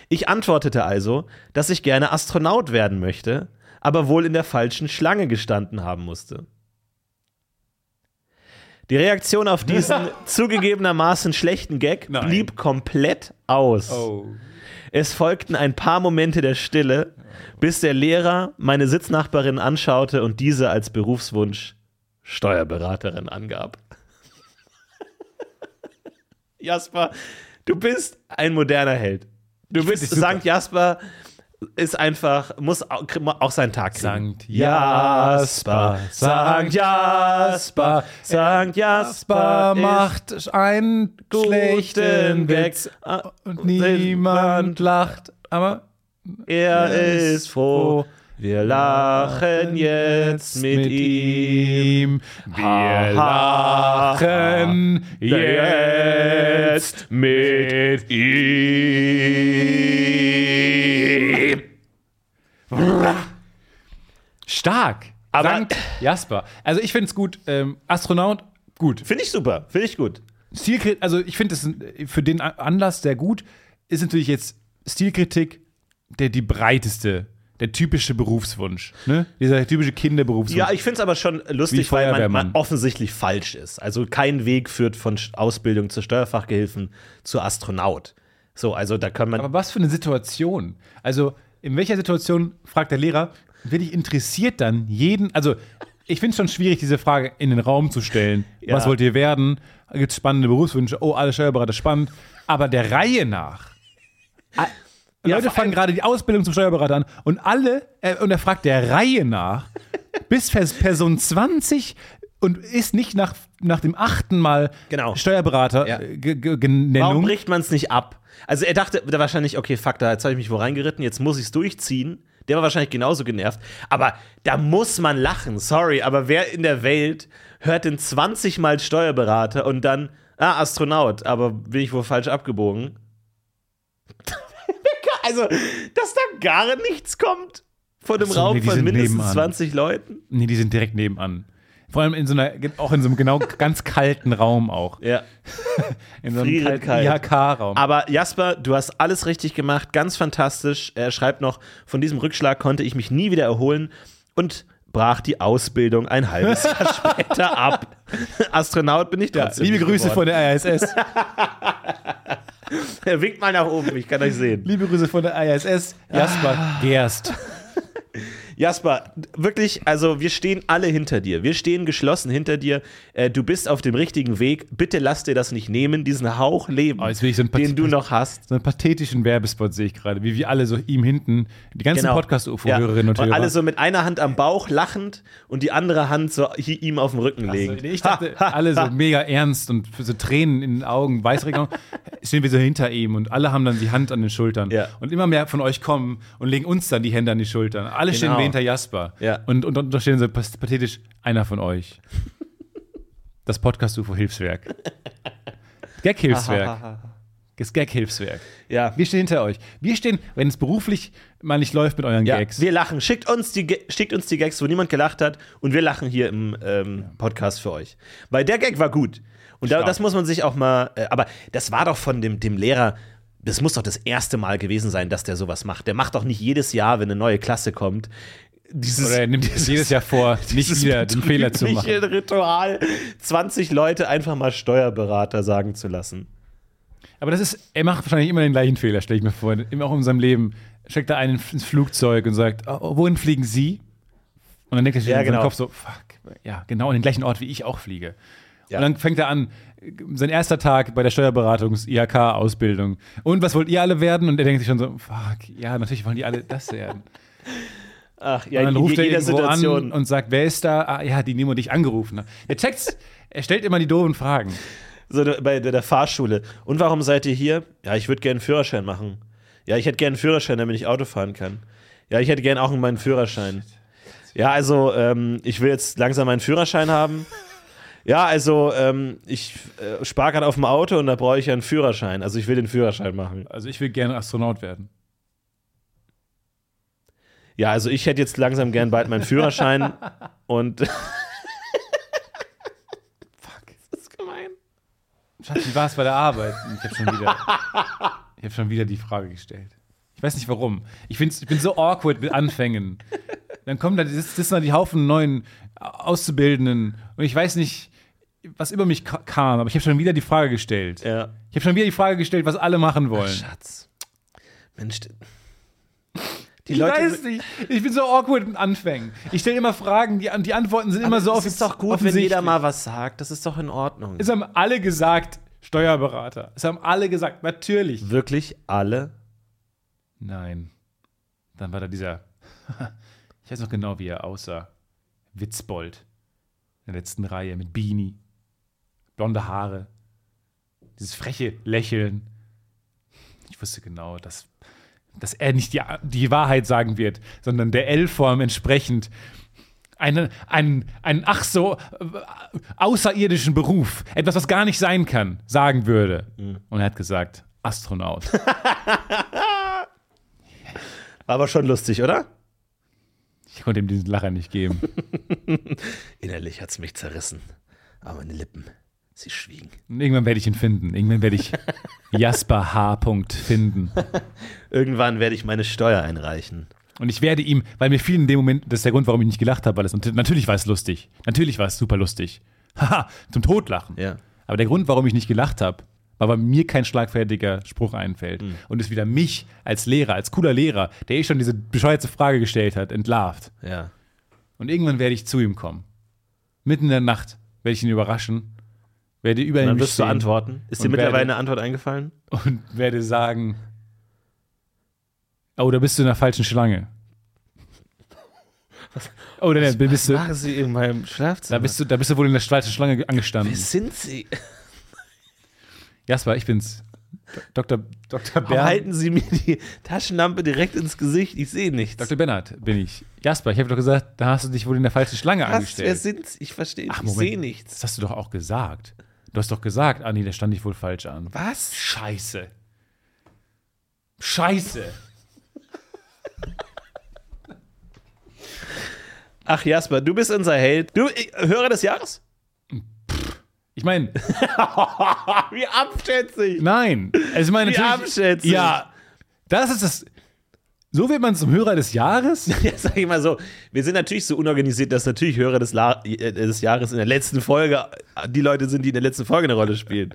Ich antwortete also, dass ich gerne Astronaut werden möchte, aber wohl in der falschen Schlange gestanden haben musste. Die Reaktion auf (laughs) diesen zugegebenermaßen schlechten Gag Nein. blieb komplett aus. Oh. Es folgten ein paar Momente der Stille, bis der Lehrer meine Sitznachbarin anschaute und diese als Berufswunsch Steuerberaterin angab. (laughs) Jasper, du bist ein moderner Held. Du bist dich super. Sankt Jasper ist einfach, muss auch, krieg- auch seinen Tag kriegen. Sankt Jasper, Sankt Jasper, Sankt Jasper Jasper ist macht einen guten schlechten Gag. Witz und niemand lacht. Aber Er ist froh. Wir lachen jetzt mit ihm. Wir lachen jetzt Jetzt mit ihm. Stark. Aber- Sankt Jasper. Also ich finde es gut. Ähm, Astronaut, gut. Finde ich super. Finde ich gut. Stilkritik, also ich finde es für den A- Anlass sehr gut. Ist natürlich jetzt Stilkritik der die breiteste, der typische Berufswunsch. Ne? Dieser typische Kinderberufswunsch. Ja, ich finde es aber schon Wie lustig, weil man, Feuerwehrmann. man offensichtlich falsch ist. Also kein Weg führt von Sch- Ausbildung zur Steuerfachgehilfen zu Astronaut. So, also da kann man. Aber was für eine Situation? Also, in welcher Situation, fragt der Lehrer, wirklich interessiert dann jeden? Also, ich finde es schon schwierig, diese Frage in den Raum zu stellen. Ja. Was wollt ihr werden? Gibt es spannende Berufswünsche? Oh, alle Steuerberater spannend. Aber der Reihe nach. Ah, A- Leute fangen gerade die Ausbildung zum Steuerberater an und alle, äh, und er fragt der (laughs) Reihe nach, bis Vers- Person 20 und ist nicht nach, nach dem achten Mal Genau. Steuerberater Ja. äh, ge- ge- Warum Genennung. bricht man es nicht ab? Also er dachte da wahrscheinlich, okay, fuck, da jetzt habe ich mich wo reingeritten, jetzt muss ich es durchziehen. Der war wahrscheinlich genauso genervt. Aber da muss man lachen, sorry. Aber wer in der Welt hört denn 20 Mal Steuerberater und dann, ah, Astronaut, aber bin ich wohl falsch abgebogen? (laughs) also, dass da gar nichts kommt von dem Ach so, Raum nee, die von sind mindestens nebenan. 20 Leuten. Nee, die sind direkt nebenan. Vor allem in so einer, auch in so einem genau ganz kalten Raum auch. Ja. In so einem frierend kalt. IHK-Raum. Aber Jasper, du hast alles richtig gemacht, ganz fantastisch. Er schreibt noch, von diesem Rückschlag konnte ich mich nie wieder erholen und brach die Ausbildung ein halbes (laughs) Jahr später ab. Astronaut bin ich Ja, trotzdem. liebe nicht Grüße von geworden. der ISS. Er winkt mal nach oben, ich kann euch sehen. liebe Grüße von der ISS. Ah. Jasper Gerst. Jasper, wirklich, also wir stehen alle hinter dir. Wir stehen geschlossen hinter dir. Äh, Du bist auf dem richtigen Weg. Bitte lass dir das nicht nehmen, diesen Hauch Leben, Oh, jetzt will ich so ein paar- den du noch hast. So einen pathetischen Werbespot sehe ich gerade, wie wir alle so ihm hinten, die ganzen Podcast-UFO-Hörerinnen Genau. und ja. Hörer. Und alle so mit einer Hand am Bauch lachend und die andere Hand so hier ihm auf den Rücken also, legend. nee, ich dachte, (laughs) alle so mega ernst und so Tränen in den (laughs) Augen, Weißregung, stehen wir so hinter ihm und alle haben dann die Hand an den Schultern. Ja. Und immer mehr von euch kommen und legen uns dann die Hände an die Schultern. Alle stehen Genau. wir hinter Jasper. Ja. Und, und, und da stehen so pas- pathetisch einer von euch. (laughs) Das Podcast-UFO-Hilfswerk. Gag-Hilfswerk. Das Gag-Hilfswerk. Ja. Wir stehen hinter euch. Wir stehen, wenn es beruflich mal nicht läuft mit euren Ja, Gags. wir lachen. Schickt uns, die, Ge- schickt uns die Gags, wo niemand gelacht hat. Und wir lachen hier im ähm, Podcast für euch. Weil der Gag war gut. Und da, Stark. das muss man sich auch mal. Äh, aber das war doch von dem, dem Lehrer. Das muss doch das erste Mal gewesen sein, dass der sowas macht. Der macht doch nicht jedes Jahr, wenn eine neue Klasse kommt, dieses Oder er nimmt es jedes (laughs) Jahr vor, nicht dieses wieder den Fehler zu machen. betrübliche Ritual, 20 Leute einfach mal Steuerberater sagen zu lassen. Aber das ist, er macht wahrscheinlich immer den gleichen Fehler, stelle ich mir vor. Immer auch in seinem Leben. Steckt da einen ins Flugzeug und sagt, oh, oh, wohin fliegen Sie? Und dann denkt er sich Ja, in seinem genau. Kopf so, fuck, ja, genau, an den gleichen Ort, wie ich auch fliege. Ja. Und dann fängt er an, äh, sein erster Tag bei der Steuerberatungs-IHK-Ausbildung. Und was wollt ihr alle werden? Und er denkt sich schon so, fuck, ja, natürlich wollen die alle das (laughs) werden. Ach, ja, Und dann in ruft er jeder irgendwo Situation. an und sagt, wer ist da? Ah, ja, die Nemo, die ich angerufen habe. Er checkt's, er stellt immer die doofen Fragen. so der- bei der, der Fahrschule. Und warum seid ihr hier? Ja, ich würde gerne einen Führerschein machen. Ja, ich hätte gerne einen Führerschein, damit ich Auto fahren kann. Ja, ich hätte gerne auch meinen Führerschein. Ja, also ähm, ich will jetzt langsam meinen Führerschein haben. Ja, also ähm, ich äh, spare gerade auf dem Auto und da brauche ich ja einen Führerschein. Also ich will den Führerschein machen. Also ich will gerne Astronaut werden. Ja, also ich hätte jetzt langsam gern bald meinen Führerschein und Schatz, wie war es bei der Arbeit? Ich habe schon wieder, ich habe schon wieder die Frage gestellt. Ich weiß nicht warum. Ich, find's, ich bin so awkward mit Anfängen. Dann kommen da sitzen da die Haufen neuen äh, Auszubildenden und ich weiß nicht, was über mich ka- kam, aber ich habe schon wieder die Frage gestellt. ja. Ich habe schon wieder die Frage gestellt, was alle machen wollen. Schatz. Mensch. d- Die Ich weiß nicht. Ich bin so awkward mit Anfängen. Ich stelle immer Fragen, die, die Antworten sind immer so Das ist doch gut, wenn offensichtlich. jeder mal was sagt. Das ist doch in Ordnung. Es haben alle gesagt, Steuerberater. Es haben alle gesagt, natürlich. Wirklich alle? Nein. Dann war da dieser, (laughs) ich weiß noch genau, wie er aussah. Witzbold. In der letzten Reihe mit Beanie. Blonde Haare. Dieses freche Lächeln. Ich wusste genau, das dass er nicht die, die Wahrheit sagen wird, sondern der L-Form entsprechend einen, einen, einen ach so äh, außerirdischen Beruf, etwas, was gar nicht sein kann, sagen würde. Und er hat gesagt, Astronaut. War aber schon lustig, oder? Ich konnte ihm diesen Lacher nicht geben. Innerlich hat's mich zerrissen. Aber meine Lippen, sie schwiegen. Und irgendwann werde ich ihn finden. Irgendwann werde ich Jasper H. Punkt finden. Irgendwann werde ich meine Steuer einreichen. Und ich werde ihm, weil mir fiel in dem Moment, das ist der Grund, warum ich nicht gelacht habe, weil es natürlich war es lustig. Natürlich war es super lustig. (laughs) Haha, zum Totlachen. Ja. Aber der Grund, warum ich nicht gelacht habe, war, weil mir kein schlagfertiger Spruch einfällt. Hm. Und es wieder mich als Lehrer, als cooler Lehrer, der eh schon diese bescheuerte Frage gestellt hat, entlarvt. Ja. Und irgendwann werde ich zu ihm kommen. Mitten in der Nacht werde ich ihn überraschen, werde über Dann ihn wirst du stehen antworten. Ist dir Und werde- mittlerweile eine Antwort eingefallen? und werde sagen, oh, da bist du in der falschen Schlange. Oh, da da bist du, Machen sie in meinem Schlafzimmer. da bist du, da bist du wohl in der falschen Schlange ge- angestanden. sind sie? Jasper, ich bin's. Dr. Dr. Warum Bernhard. halten sie mir die Taschenlampe direkt ins Gesicht? Ich sehe nichts. Dr. Bernhard bin ich. Jasper, ich habe doch gesagt, da hast du dich wohl in der falschen Schlange Was? Wer angestellt. sind sie? Ich verstehe nicht. Ich Moment. sehe nichts. Das hast du doch auch gesagt. Du hast doch gesagt, ah nee, da stand ich wohl falsch an. Was? Scheiße. Scheiße. Ach Jasper, du bist unser Held. Du ich, Hörer des Jahres? Ich meine, Wie abschätzig. Nein. Also ich meine, Wie natürlich- abschätzig. Ja, das ist das. So wird man zum Hörer des Jahres? (laughs) Ja, sag ich mal so, wir sind natürlich so unorganisiert, dass natürlich Hörer des, La äh, des Jahres in der letzten Folge äh, die Leute sind, die in der letzten Folge eine Rolle (laughs) spielen.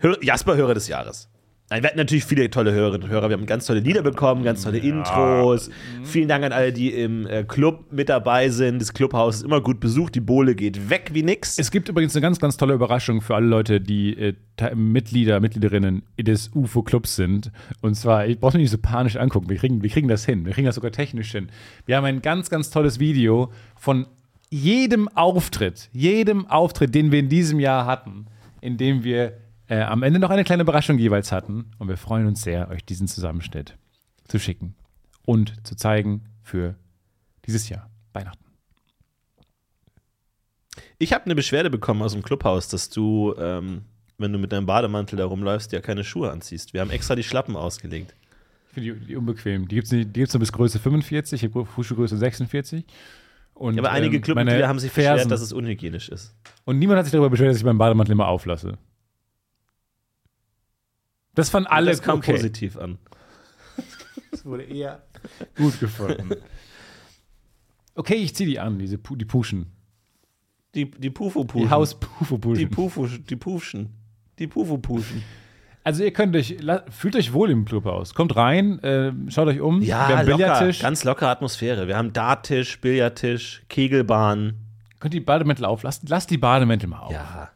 Hör Jasper, Hörer des Jahres. Nein, wir hatten natürlich viele tolle Hörerinnen und Hörer. Wir haben ganz tolle Lieder bekommen, ganz tolle Intros. Vielen Dank an alle, die im äh, Club mit dabei sind. Das Clubhaus ist immer gut besucht. Die Bohle geht weg wie nix. Es gibt übrigens eine ganz, ganz tolle Überraschung für alle Leute, die äh, Te- Mitglieder, Mitgliederinnen des UFO-Clubs sind. Und zwar, ich brauche nicht so panisch angucken, wir kriegen, wir kriegen das hin, wir kriegen das sogar technisch hin. Wir haben ein ganz, ganz tolles Video von jedem Auftritt, jedem Auftritt, den wir in diesem Jahr hatten, in dem wir äh, am Ende noch eine kleine Überraschung jeweils hatten. Und wir freuen uns sehr, euch diesen Zusammenschnitt zu schicken und zu zeigen für dieses Jahr, Weihnachten. Ich habe eine Beschwerde bekommen aus dem Clubhaus, dass du, ähm, wenn du mit deinem Bademantel da rumläufst, ja keine Schuhe anziehst. Wir haben extra die Schlappen ausgelegt. Ich finde die, die unbequem. Die gibt es gibt's nur bis Größe 45, ich habe Fußschuhgröße 46. Und, Ja, aber einige ähm, Clubmitglieder meine haben sich Fersen. beschwert, dass es unhygienisch ist. Und niemand hat sich darüber beschwert, dass ich meinen Bademantel immer auflasse. Das fanden alle das kam okay. positiv an. gut gefunden. (laughs) okay, ich ziehe die an, diese Pu die Puschen. Die, die Pufo-Puschen. Die haus Die puschen Pufo- die Pufschen. Die Pufo-Puschen. Also ihr könnt euch, la- fühlt euch wohl im Clubhaus. Kommt rein, äh, schaut euch um. Wir haben Billardtisch. Ganz lockere Atmosphäre. Wir haben Darttisch, Billardtisch, Kegelbahn. Könnt die Bademäntel auflassen? Lasst die Bademäntel mal auf. Ja.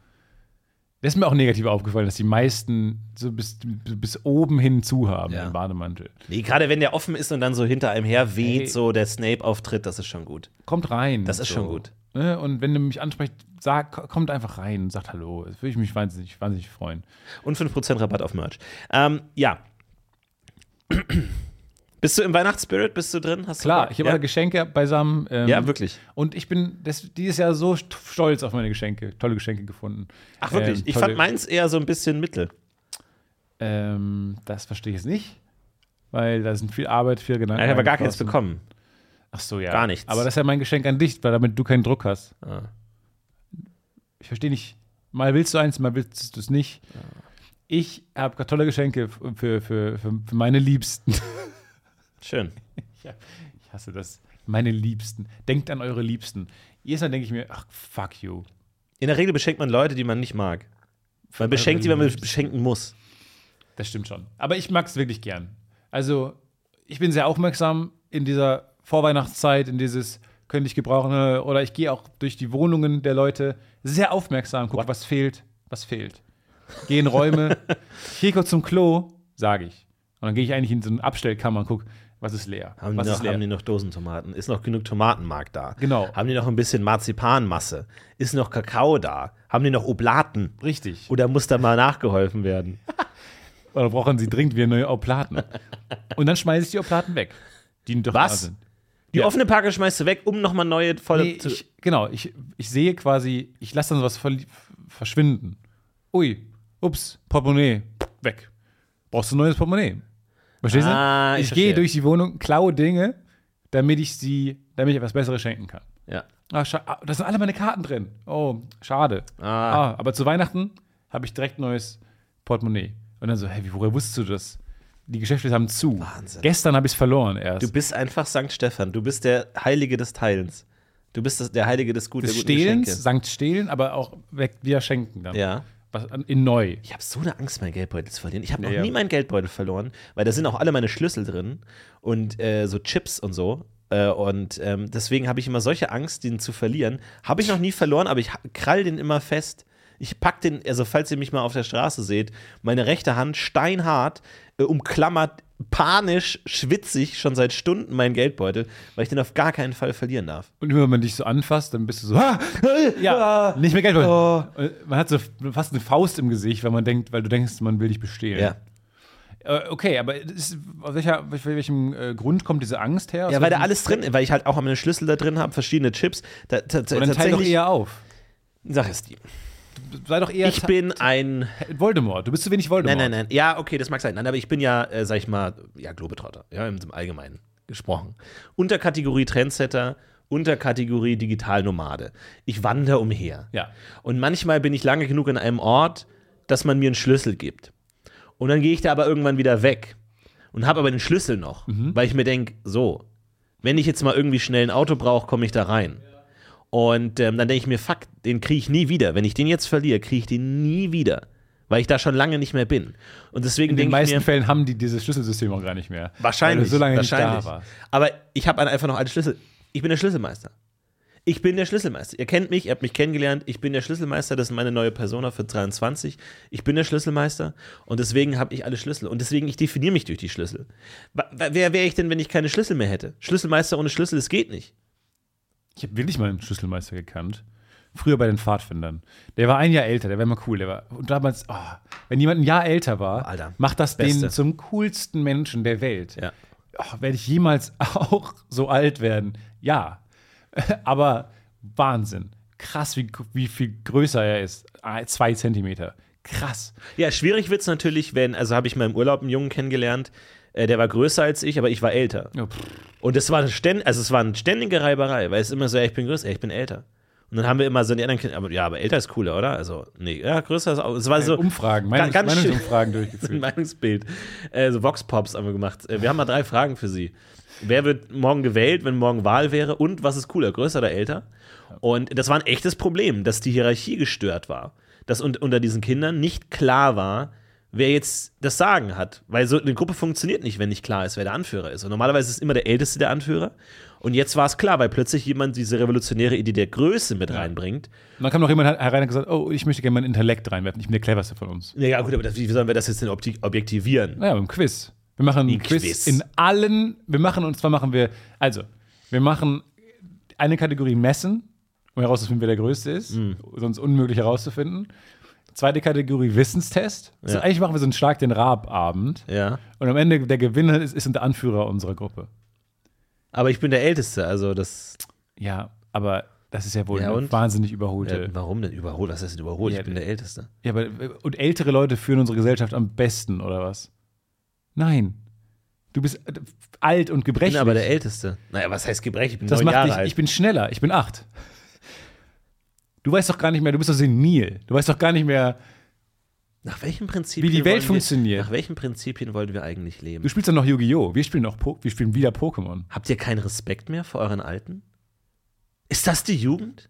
Das ist mir auch negativ aufgefallen, dass die meisten so bis, bis oben hin zu haben, Ja. den Bademantel. Nee, gerade wenn der offen ist und dann so hinter einem her weht, Hey. so der Snape-Auftritt, das ist schon gut. Kommt rein. Das ist so. schon gut. Ne? Und wenn ihr mich ansprecht, sag, kommt einfach rein und sagt Hallo. Das würde ich mich wahnsinnig, wahnsinnig freuen. Und 5% Rabatt auf Merch. Ähm, ja. (clears throat) Bist du im Weihnachtsspirit? Bist du drin? Hast Klar, du ich habe ja? alle Geschenke beisammen. ähm, Ja, wirklich. Und ich bin des, dieses Jahr so st- stolz auf meine Geschenke. Tolle Geschenke gefunden. Ach, wirklich. Ähm, ich tolle- fand meins eher so ein bisschen mittel. Ähm, das verstehe ich jetzt nicht, weil da sind viel Arbeit, viel Gedanken. Ich habe gar keins eingeflossen. bekommen. Ach so, ja. Gar nichts. Aber das ist ja mein Geschenk an dich, weil damit du keinen Druck hast. Ah, Ich verstehe nicht. Mal willst du eins, mal willst du es nicht. Ich habe tolle Geschenke f- für, für, für, für meine Liebsten. (laughs) Schön. Ich hasse das. Meine Liebsten. Denkt an eure Liebsten. Jedes Mal denke ich mir, ach, fuck you. In der Regel beschenkt man Leute, die man nicht mag. Man beschenkt die, wenn man beschenken muss. Das stimmt schon. Aber ich mag es wirklich gern. Also, ich bin sehr aufmerksam in dieser Vorweihnachtszeit, in dieses könnte ich gebrauchen äh, oder ich gehe auch durch die Wohnungen der Leute sehr aufmerksam, gucke, was fehlt, was fehlt. Gehe (laughs) in Räume, ich gehe kurz zum Klo, sage ich. Und dann gehe ich eigentlich in so eine Abstellkammer und gucke, was ist leer. Haben was die, ist noch, leer? haben die noch Dosentomaten? Ist noch genug Tomatenmark da? Genau. Haben die noch ein bisschen Marzipanmasse? Ist noch Kakao da? Haben die noch Oblaten? Richtig. Oder muss da mal nachgeholfen werden? Oder brauchen sie dringend wieder neue Oplaten? Und dann schmeiße ich die Oplaten weg. Die doch Was? Da sind. Die Ja. offene Packung schmeißt du weg, um nochmal neue volle Nee, zu. ich, genau, ich, ich sehe quasi, ich lasse dann sowas verli- verschwinden. Ui, ups, Portemonnaie, weg. Brauchst du ein neues Portemonnaie? Verstehst Ah, du? ich Ich, gehe verstehe. durch die Wohnung, klaue Dinge, damit ich sie, damit ich etwas Besseres schenken kann. ja. Ah, scha- ah, da sind alle meine Karten drin. Oh, schade. Ah. aber zu Weihnachten habe ich direkt ein neues Portemonnaie. Und dann so, hey, wie- woher wusstest du das? Die Geschäfte haben zu. Wahnsinn. Gestern habe ich es verloren erst. Du bist einfach St. Stefan. Du bist der Heilige des Teilens. Du bist das, der Heilige des, Gut, des der guten Stehlens, Geschenke. Sankt Stehlen, aber auch weg, wieder schenken dann. Ja. Was, an- in neu. Ich habe so eine Angst, meinen Geldbeutel zu verlieren. Ich habe Ja, noch ja. nie meinen Geldbeutel verloren, weil da sind auch alle meine Schlüssel drin und äh, so Chips und so. Äh, und ähm, deswegen habe ich immer solche Angst, den zu verlieren. Habe ich noch nie verloren, aber ich ha- krall den immer fest. Ich pack den, also falls ihr mich mal auf der Straße seht, meine rechte Hand steinhart äh, umklammert, panisch, schwitzig schon seit Stunden meinen Geldbeutel, weil ich den auf gar keinen Fall verlieren darf. Und wenn man dich so anfasst, dann bist du so, ah, ja, nicht mehr Geld. Oh. Und Man hat so fast eine Faust im Gesicht, weil man denkt, weil du denkst, man will dich bestehlen. Ja. Äh, okay, aber das ist, aus welcher, auf welchem äh, Grund kommt diese Angst her? Aus Ja, weil da welchem- alles drin, weil ich halt auch meine Schlüssel da drin habe, verschiedene Chips. Da, ta- ta- Aber dann teil doch tatsächlich, eher auf. sag es dir. Sei doch eher Ich bin ein Voldemort. Du bist zu wenig Voldemort. Nein, nein, nein. Ja, okay, das mag sein. Nein, aber ich bin ja, äh, sag ich mal, ja, Globetrotter, ja, im, im Allgemeinen gesprochen. Unterkategorie Trendsetter, Unterkategorie Digitalnomade. Ich wandere umher. Ja. Und manchmal bin ich lange genug in einem Ort, dass man mir einen Schlüssel gibt. Und dann gehe ich da aber irgendwann wieder weg und habe aber den Schlüssel noch, Mhm. weil ich mir denke, so, wenn ich jetzt mal irgendwie schnell ein Auto brauche, komme ich da rein. Und ähm, dann denke ich mir, fuck, den kriege ich nie wieder. Wenn ich den jetzt verliere, kriege ich den nie wieder, weil ich da schon lange nicht mehr bin. Und deswegen In den denke ich meisten mir, Fällen haben die dieses Schlüsselsystem auch gar nicht mehr. Weil wahrscheinlich, du so lange wahrscheinlich. nicht da warst. Aber ich habe einfach noch alte Schlüssel. Ich bin der Schlüsselmeister. Ich bin der Schlüsselmeister. Ihr kennt mich, ihr habt mich kennengelernt. Ich bin der Schlüsselmeister. Das ist meine neue Persona für 23. Ich bin der Schlüsselmeister und deswegen habe ich alle Schlüssel. Und deswegen, ich definiere mich durch die Schlüssel. Wa- wa- Wer wäre ich denn, wenn ich keine Schlüssel mehr hätte? Schlüsselmeister ohne Schlüssel, es geht nicht. Ich habe wirklich mal einen Schlüsselmeister gekannt. Früher bei den Pfadfindern. Der war ein Jahr älter, der war immer cool. Der war, und damals, oh, wenn jemand ein Jahr älter war, Alter, macht das Beste. den zum coolsten Menschen der Welt. Ja. Oh, Werde ich jemals (laughs) auch so alt werden? Ja. (laughs) Aber Wahnsinn. Krass, wie, wie viel größer er ist. Ah, Zwei Zentimeter. Krass. Ja, schwierig wird es natürlich, wenn, also habe ich mal im Urlaub einen Jungen kennengelernt, äh, der war größer als ich, aber ich war älter. Ja, pff. Und es war, eine ständ, also es war eine ständige Reiberei, weil es immer so, ja, ich bin größer, ja, ich bin älter. Und dann haben wir immer so die anderen Kinder, aber ja, aber älter ist cooler, oder? Also, nee, ja, größer ist auch. Es war so Umfragen, Also, ga- Meinungs ganz schön- Meinungsumfragen ein (laughs) durchgeführt. Meinungsbild. Äh, so Vox Pops haben wir gemacht. Äh, wir haben mal drei Fragen für Sie. Wer wird morgen gewählt, wenn morgen Wahl wäre? Und was ist cooler, größer oder älter? Und das war ein echtes Problem, dass die Hierarchie gestört war. Dass un unter diesen Kindern nicht klar war, wer jetzt das Sagen hat. Weil so eine Gruppe funktioniert nicht, wenn nicht klar ist, wer der Anführer ist. Und normalerweise ist immer der Älteste der Anführer. Und jetzt war es klar, weil plötzlich jemand diese revolutionäre Idee der Größe mit reinbringt. Und dann kam noch jemand herein und hat gesagt: Oh, ich möchte gerne meinen Intellekt reinwerfen. Ich bin der cleverste von uns. Ja, gut, aber das, wie sollen wir das jetzt denn objek- objektivieren? Naja, im Quiz. Wir machen einen Quiz, Quiz. in allen. Wir machen und zwar machen wir, also, wir machen eine Kategorie Messen, um herauszufinden, wer der Größte ist. Mhm. Sonst unmöglich herauszufinden. Zweite Kategorie Wissenstest. Also Ja. eigentlich machen wir so einen Schlag den Rab-Abend. Ja. Und am Ende der Gewinner ist, ist der Anführer unserer Gruppe. Aber ich bin der Älteste, also das. Ja, aber das ist ja wohl Ja, eine und? wahnsinnig überholte. Ja, Äh, warum denn überholt? Was heißt denn überholt? Ja, ich bin der Älteste. Ja, aber und ältere Leute führen unsere Gesellschaft am besten, oder was? Nein. Du bist äh, alt und Ich gebrechlich. bin aber der Älteste. Naja, was heißt gebrechlich? Ich bin das neun macht Jahre dich, alt. ich bin schneller, ich bin acht. Du weißt doch gar nicht mehr, du bist doch senil. Du weißt doch gar nicht mehr, nach welchen Prinzipien? Wie die Welt wollen Wir, funktioniert. nach welchen Prinzipien wollen wir eigentlich du leben? spielst doch noch Yu-Gi-Oh! Wir spielen noch po wir spielen wieder Pokémon. Habt ihr keinen Respekt mehr vor euren Alten? Ist das die Jugend?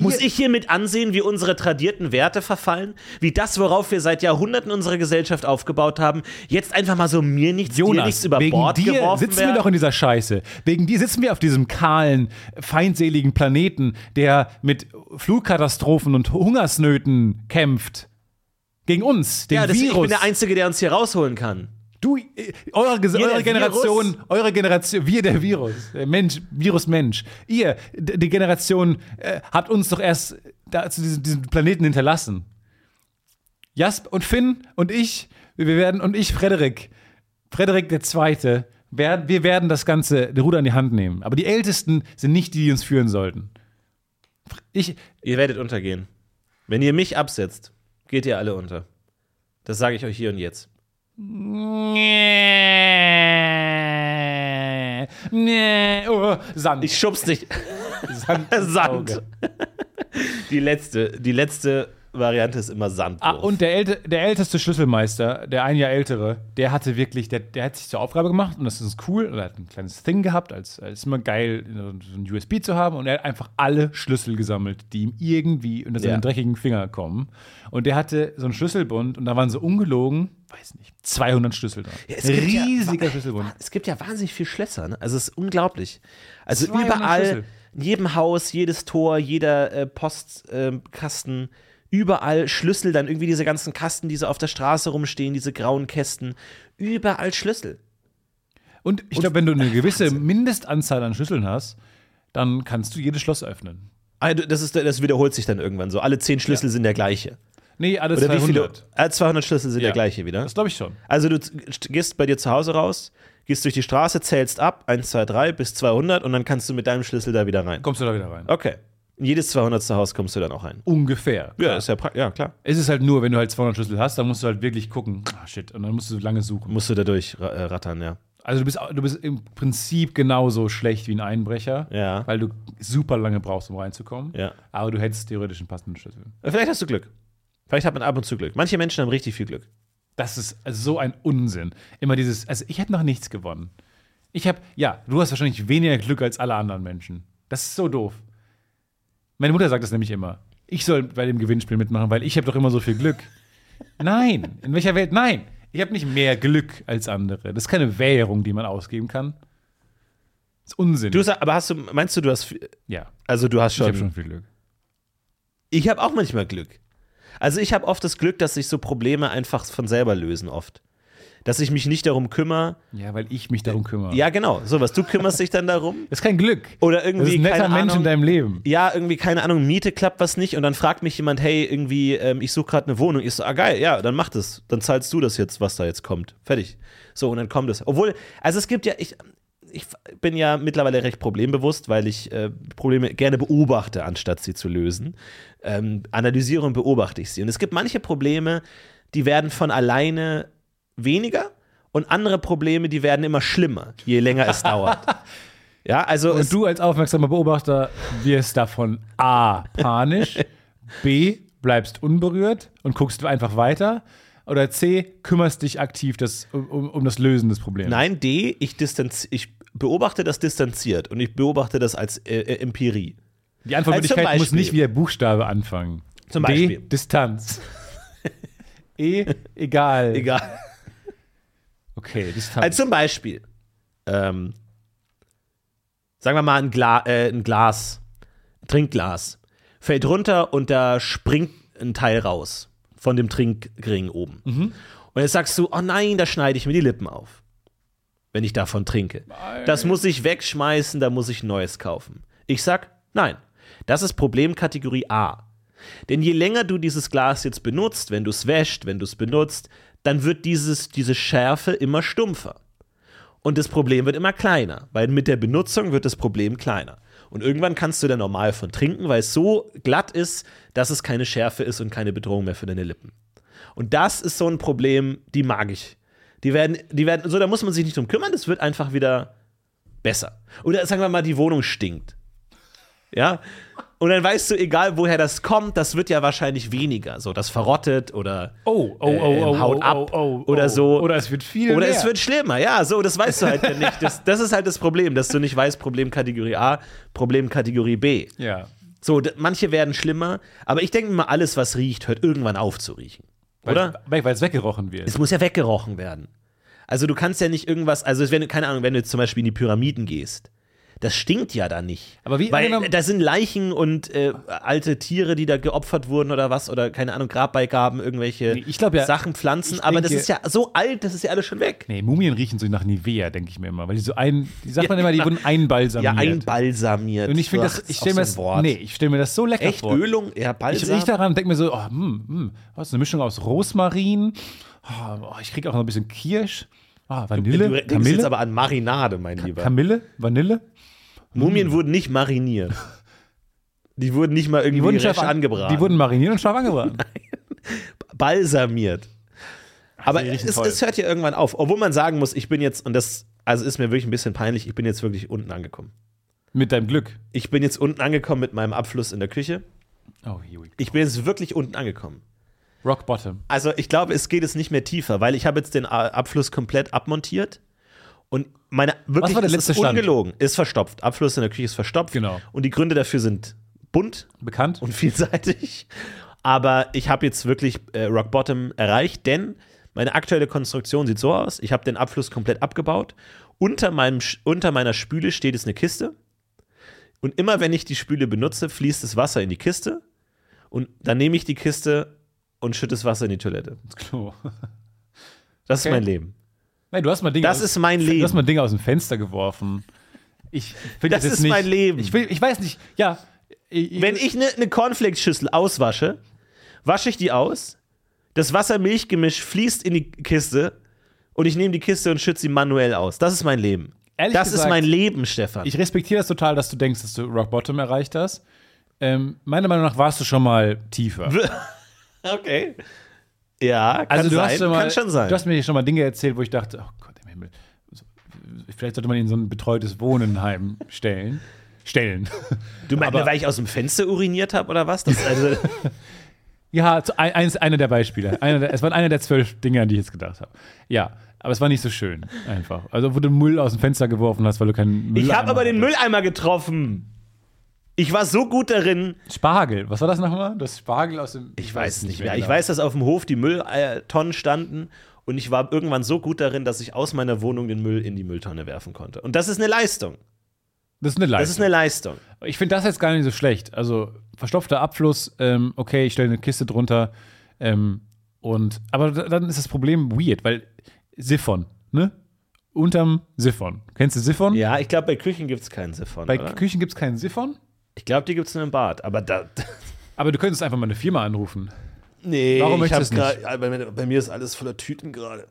Muss ich hier mit ansehen, wie unsere tradierten Werte verfallen? Wie das, worauf wir seit Jahrhunderten unsere Gesellschaft aufgebaut haben, jetzt einfach mal so mir nichts, dir nichts über wegen Bord dir geworfen sitzen werden? wir doch in dieser Scheiße. Wegen dir sitzen wir auf diesem kahlen, feindseligen Planeten, der mit Flugkatastrophen und Hungersnöten kämpft. Gegen uns, den ja, das, Virus. ich bin der Einzige, der uns hier rausholen kann. Du, äh, eure, Ges- Ihr, der eure Generation, eure Generation, wir der Virus, der Mensch, Virus-Mensch, ihr, d- die Generation, äh, habt uns doch erst da zu diesem, diesem Planeten hinterlassen. Jasp und Finn und ich, Wir werden, und ich, Frederik, Frederik der Zweite, werden, wir werden das Ganze, den Ruder in die Hand nehmen. Aber die Ältesten sind nicht die, die uns führen sollten. Ich, Ihr werdet untergehen. Wenn ihr mich absetzt, geht ihr alle unter. Das sage ich euch hier und jetzt. Nee. Nee. Oh, Sand. Ich schub's dich. (laughs) Sand. Sand. Die letzte, die letzte Variante ist immer Sand. Ah, und der, älte, der älteste Schlüsselmeister, der ein Jahr ältere, der hatte wirklich, der, der hat sich zur Aufgabe gemacht und das ist cool. Und er hat ein kleines Thing gehabt, als, als immer geil, so ein USB zu haben. Und er hat einfach alle Schlüssel gesammelt, die ihm irgendwie unter seinen Ja. dreckigen Finger kommen. Und der hatte so einen Schlüsselbund und da waren so ungelogen, weiß nicht, 200 Schlüssel dran. es gibt ja- Riesiger Schlüsselbund. es gibt ja wahnsinnig viel Schlösser. Ne? Also es ist unglaublich. Also 200 überall, Schlüssel. in jedem Haus, jedes Tor, jeder äh, Postkasten, überall Schlüssel, dann irgendwie diese ganzen Kasten, die so auf der Straße rumstehen, diese grauen Kästen, überall Schlüssel. Und ich glaube, wenn (laughs) du eine gewisse Mindestanzahl an Schlüsseln hast, dann kannst du jedes Schloss öffnen. Ah, du- Das, ist, das wiederholt sich dann irgendwann so. Alle zehn Schlüssel sind der gleiche. Nee, alle Oder wie viele? 200. Ah, 200 Schlüssel sind Ja. der gleiche wieder. Das glaube ich schon. Also du z- gehst bei dir zu Hause raus, gehst durch die Straße, zählst ab, 1, 2, 3 bis 200 und dann kannst du mit deinem Schlüssel da wieder rein. Kommst du da wieder rein? Okay. In jedes 200. Haus kommst du dann auch rein. Ungefähr. Ja, ist ja, pra- ja klar. Es ist halt nur, wenn du halt 200 Schlüssel hast, dann musst du halt wirklich gucken. Ah, shit. Und dann musst du lange suchen. Musst du da durchrattern, ja. Also du bist, au- du bist im Prinzip genauso schlecht wie ein Einbrecher, Ja. weil du super lange brauchst, um reinzukommen. Ja. Aber du hättest theoretisch einen passenden Schlüssel. Vielleicht hast du Glück. Vielleicht hat man ab und zu Glück. Manche Menschen haben richtig viel Glück. Das ist so ein Unsinn. Immer dieses, also ich hätte noch nichts gewonnen. Ich habe, ja, du hast wahrscheinlich weniger Glück als alle anderen Menschen. Das ist so doof. Meine Mutter sagt das nämlich immer. Ich soll bei dem Gewinnspiel mitmachen, weil ich habe doch immer so viel Glück. Nein, in welcher Welt? Nein, ich habe nicht mehr Glück als andere. Das ist keine Währung, die man ausgeben kann. Das ist Unsinn. Du, sa- aber hast du, meinst du, du hast, viel- ja, also du hast ich schon, habe schon viel Glück. ich habe auch manchmal Glück. Also ich habe oft das Glück, dass sich so Probleme einfach von selber lösen oft. Dass ich mich nicht darum kümmere. Ja, weil ich mich darum kümmere. Ja, genau, sowas. Du kümmerst dich dann darum. Äh, Das ist kein Glück. Oder Das irgendwie, ist ein netter keine Mensch Ahnung, in deinem Leben. ja, irgendwie, keine Ahnung, Miete klappt was nicht und dann fragt mich jemand, hey, irgendwie, ähm, ich suche gerade eine Wohnung. Ich so, ah geil, ja, dann mach das. Dann zahlst du das jetzt, was da jetzt kommt. Fertig. So, und dann kommt es. Obwohl, also es gibt ja, ich, ich bin ja mittlerweile recht problembewusst, weil ich äh, Probleme gerne beobachte, anstatt sie zu lösen. Ähm, analysiere und beobachte ich sie. Und es gibt manche Probleme, die werden von alleine weniger und andere Probleme, die werden immer schlimmer, je länger es (laughs) dauert. Ja, also es- Und du als aufmerksamer Beobachter wirst davon A. panisch, B. bleibst unberührt und guckst einfach weiter oder C. kümmerst dich aktiv das, um- um, um das Lösen des Problems. Nein, D, ich, distanz, ich beobachte das distanziert und ich beobachte das als äh, äh, Empirie. Die Also Antwortmöglichkeit zum muss nicht Beispiel. wie der Buchstabe anfangen. Zum D. Beispiel. (laughs) Distanz. e. Egal. Egal. Okay, Distanz. Also zum Beispiel, ähm, sagen wir mal ein, Gla äh, ein Glas, Trinkglas, fällt runter und da springt ein Teil raus von dem Trinkring oben. Und jetzt sagst du, oh nein, da schneide ich mir die Lippen auf, wenn ich davon trinke. Das muss ich wegschmeißen, da muss ich Neues kaufen. Ich sag, nein, das ist Problemkategorie A. Denn je länger du dieses Glas jetzt benutzt, wenn du es wäscht, wenn du es benutzt, dann wird dieses, diese Schärfe immer stumpfer. Und das Problem wird immer kleiner, weil mit der Benutzung wird das Problem kleiner. Und irgendwann kannst du dann normal von trinken, weil es so glatt ist, dass es keine Schärfe ist und keine Bedrohung mehr für deine Lippen. Und das ist so ein Problem, die mag ich. Die werden, die werden, so, da muss man sich nicht drum kümmern, das wird einfach wieder besser. Oder sagen wir mal, die Wohnung stinkt. Ja? Und dann weißt du, egal woher das kommt, das wird ja wahrscheinlich weniger. So, das verrottet oder oh, oh, äh, oh, oh, haut oh, ab oh, oh, oh. oder so. Oder es wird viel Oder mehr. es wird schlimmer, ja, so, das weißt du halt dann nicht. Das, das ist halt das Problem, dass du nicht weißt, Problemkategorie A, Problemkategorie B. Ja. So, d- manche werden schlimmer, aber ich denke mal, alles, was riecht, hört irgendwann auf zu riechen. Oder? Weil weil es weggerochen wird. Es muss ja weggerochen werden. Also du kannst ja nicht irgendwas, also wenn du, keine Ahnung, wenn du jetzt zum Beispiel in die Pyramiden gehst, Das stinkt ja da nicht. Aber wie- Weil angenommen- da sind Leichen und äh, alte Tiere, die da geopfert wurden oder was, oder keine Ahnung, Grabbeigaben, irgendwelche Nee, ich glaub ja, Sachen, Pflanzen, ich aber das denke- ist ja so alt, das ist ja alles schon weg. Nee, Mumien riechen so nach Nivea, denke ich mir immer. Weil die so ein, die sagt man immer, die wurden einbalsamiert. Ja, einbalsamiert. Und ich finde das, Ach, ich ist auch stelle mir, so ein das- Wort. nee, ich stell mir das so lecker Echt vor. Ölung? Ja, Ich Balsam. rieche daran und denke mir so, oh, hm, hm, was, eine Mischung aus Rosmarin, oh, oh, ich kriege auch noch ein bisschen Kirsch, oh, du Vanille, denkst jetzt Kamille, aber an Marinade, mein Lieber. Kamille, Vanille. Mumien wurden nicht mariniert. Die wurden nicht mal irgendwie scharf resch an- angebraten. Die wurden mariniert und (laughs) scharf angebraten. balsamiert. Aber die es, riechen es toll. hört ja irgendwann auf. Obwohl man sagen muss, ich bin jetzt, und das also ist mir wirklich ein bisschen peinlich, ich bin jetzt wirklich unten angekommen. Mit deinem Glück. Ich bin jetzt unten angekommen mit meinem Abfluss in der Küche. Oh, here we go. Ich bin jetzt wirklich unten angekommen. Rock Bottom. Also ich glaube, es geht jetzt nicht mehr tiefer, weil ich habe jetzt den A- Abfluss komplett abmontiert. Und meine wirklich Was war der es letzte ist Stand? ungelogen, ist verstopft. Abfluss in der Küche ist verstopft. Genau. Und die Gründe dafür sind bunt Bekannt? und (laughs) vielseitig. Aber ich habe jetzt wirklich äh, Rock Bottom erreicht, denn meine aktuelle Konstruktion sieht so aus: Ich habe den Abfluss komplett abgebaut. Unter, meinem, Sch- unter meiner Spüle steht jetzt eine Kiste. Und immer wenn ich die Spüle benutze, fließt das Wasser in die Kiste. Und dann nehme ich die Kiste und schütte das Wasser in die Toilette. Ins Klo. Das Okay. ist mein Leben. (laughs) Nein, du hast mal Dinge Das ist mein Du hast Leben. mal Dinge aus dem Fenster geworfen. Ich finde Das jetzt ist nicht, mein Leben. Ich, will, ich weiß nicht, ja. Wenn ich eine ne, Cornflakes-Schüssel auswasche, wasche ich die aus. Das Wasser-Milch-Gemisch fließt in die Kiste und ich nehme die Kiste und schütze sie manuell aus. Das ist mein Leben. Ehrlich das ist gesagt, mein Leben, Stefan. Ich respektiere das total, dass du denkst, dass du Rock Bottom erreicht hast. Ähm, meiner Meinung nach warst du schon mal tiefer. okay. Ja, kann Also du sein. hast schon mal, kann schon sein. Du hast mir hier schon mal Dinge erzählt, wo ich dachte, oh Gott im Himmel, so, vielleicht sollte man ihn in so ein betreutes Wohnenheim stellen. Stellen. (laughs) Du meinst, aber- weil ich aus dem Fenster uriniert habe oder was? Das ist (laughs) also, Ja, zu- ein- eins, einer der Beispiele. Einer der, es waren einer der zwölf Dinge, an die ich jetzt gedacht habe. Ja, aber es war nicht so schön einfach. Also, wo du Müll aus dem Fenster geworfen hast, weil du keinen Müll ich habe aber den hattest. Mülleimer getroffen. Ich war so gut darin. Spargel. Was war das nochmal? Das Spargel aus dem. Ich weiß es nicht mehr. Ich genau. weiß, dass auf dem Hof die Mülltonnen standen und ich war irgendwann so gut darin, dass ich aus meiner Wohnung den Müll in die Mülltonne werfen konnte. Und das ist eine Leistung. Das ist eine Leistung. Das ist eine Leistung. Ich finde das jetzt gar nicht so schlecht. Also verstopfter Abfluss, ähm, okay, ich stelle eine Kiste drunter. Ähm, und, aber da- dann ist das Problem weird, weil Siphon, ne? Unterm Siphon. Kennst du Siphon? Ja, ich glaube, bei Küchen gibt es keinen Siphon. Bei oder? Küchen gibt es keinen Siphon, Ich glaube, die gibt es nur im Bad. Aber da. (laughs) aber du könntest einfach mal eine Firma anrufen. Nee, Warum ich möchtest hab du es grad- bei, mir- bei mir ist alles voller Tüten gerade.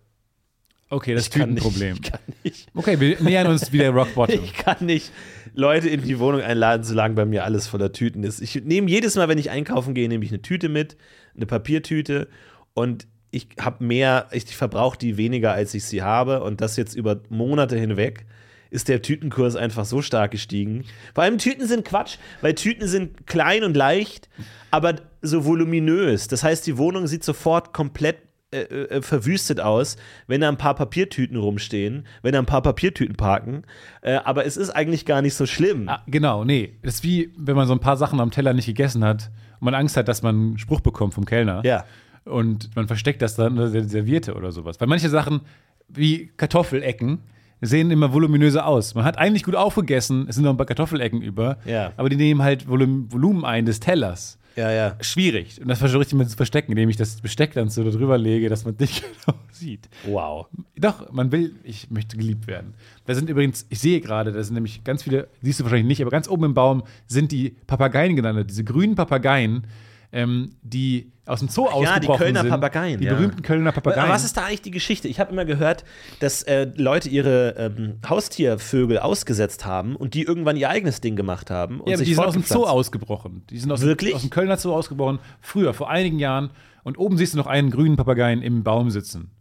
Okay, das Ich kann nicht. Tütenproblem. Ich kann nicht. Okay, wir nähern uns wieder Rock Bottom. (laughs) Ich kann nicht Leute in die Wohnung einladen, solange bei mir alles voller Tüten ist. Ich nehme jedes Mal, wenn ich einkaufen gehe, nehme ich eine Tüte mit, eine Papiertüte und ich habe mehr, ich verbrauche die weniger, als ich sie habe und das jetzt über Monate hinweg ist der Tütenkurs einfach so stark gestiegen. Vor allem Tüten sind Quatsch, weil Tüten sind klein und leicht, aber so voluminös. Das heißt, die Wohnung sieht sofort komplett äh, äh, verwüstet aus, wenn da ein paar Papiertüten rumstehen, wenn da ein paar Papiertüten parken. Äh, aber es ist eigentlich gar nicht so schlimm. Ah, genau, nee. Das ist wie, wenn man so ein paar Sachen am Teller nicht gegessen hat und man Angst hat, dass man einen Spruch bekommt vom Kellner. Ja. Und man versteckt das dann unter der Serviette oder sowas. Weil manche Sachen, wie Kartoffelecken, sehen immer voluminöser aus. Man hat eigentlich gut aufgegessen, es sind noch ein paar Kartoffelecken über, Ja. aber die nehmen halt Volum Volumen ein des Tellers. Ja, ja. Schwierig. Und das versuche ich immer zu verstecken, indem ich das Besteck dann so drüber lege, dass man (laughs) nicht genau sieht. Wow. Doch, man will, ich möchte geliebt werden. Da sind übrigens, ich sehe gerade, da sind nämlich ganz viele, siehst du wahrscheinlich nicht, aber ganz oben im Baum sind die Papageien genannt, diese grünen Papageien, ähm, die aus dem Zoo Ja, ausgebrochen die Kölner sind. Papageien. Die ja. berühmten Kölner Papageien. Aber was ist da eigentlich die Geschichte? Ich habe immer gehört, dass äh, Leute ihre ähm, Haustiervögel ausgesetzt haben und die irgendwann ihr eigenes Ding gemacht haben. Und ja, aber sich die sind aus dem Zoo fortgepflanzt. ausgebrochen. Die sind aus, Wirklich? aus dem Kölner Zoo ausgebrochen, früher, vor einigen Jahren. Und oben siehst du noch einen grünen Papageien im Baum sitzen.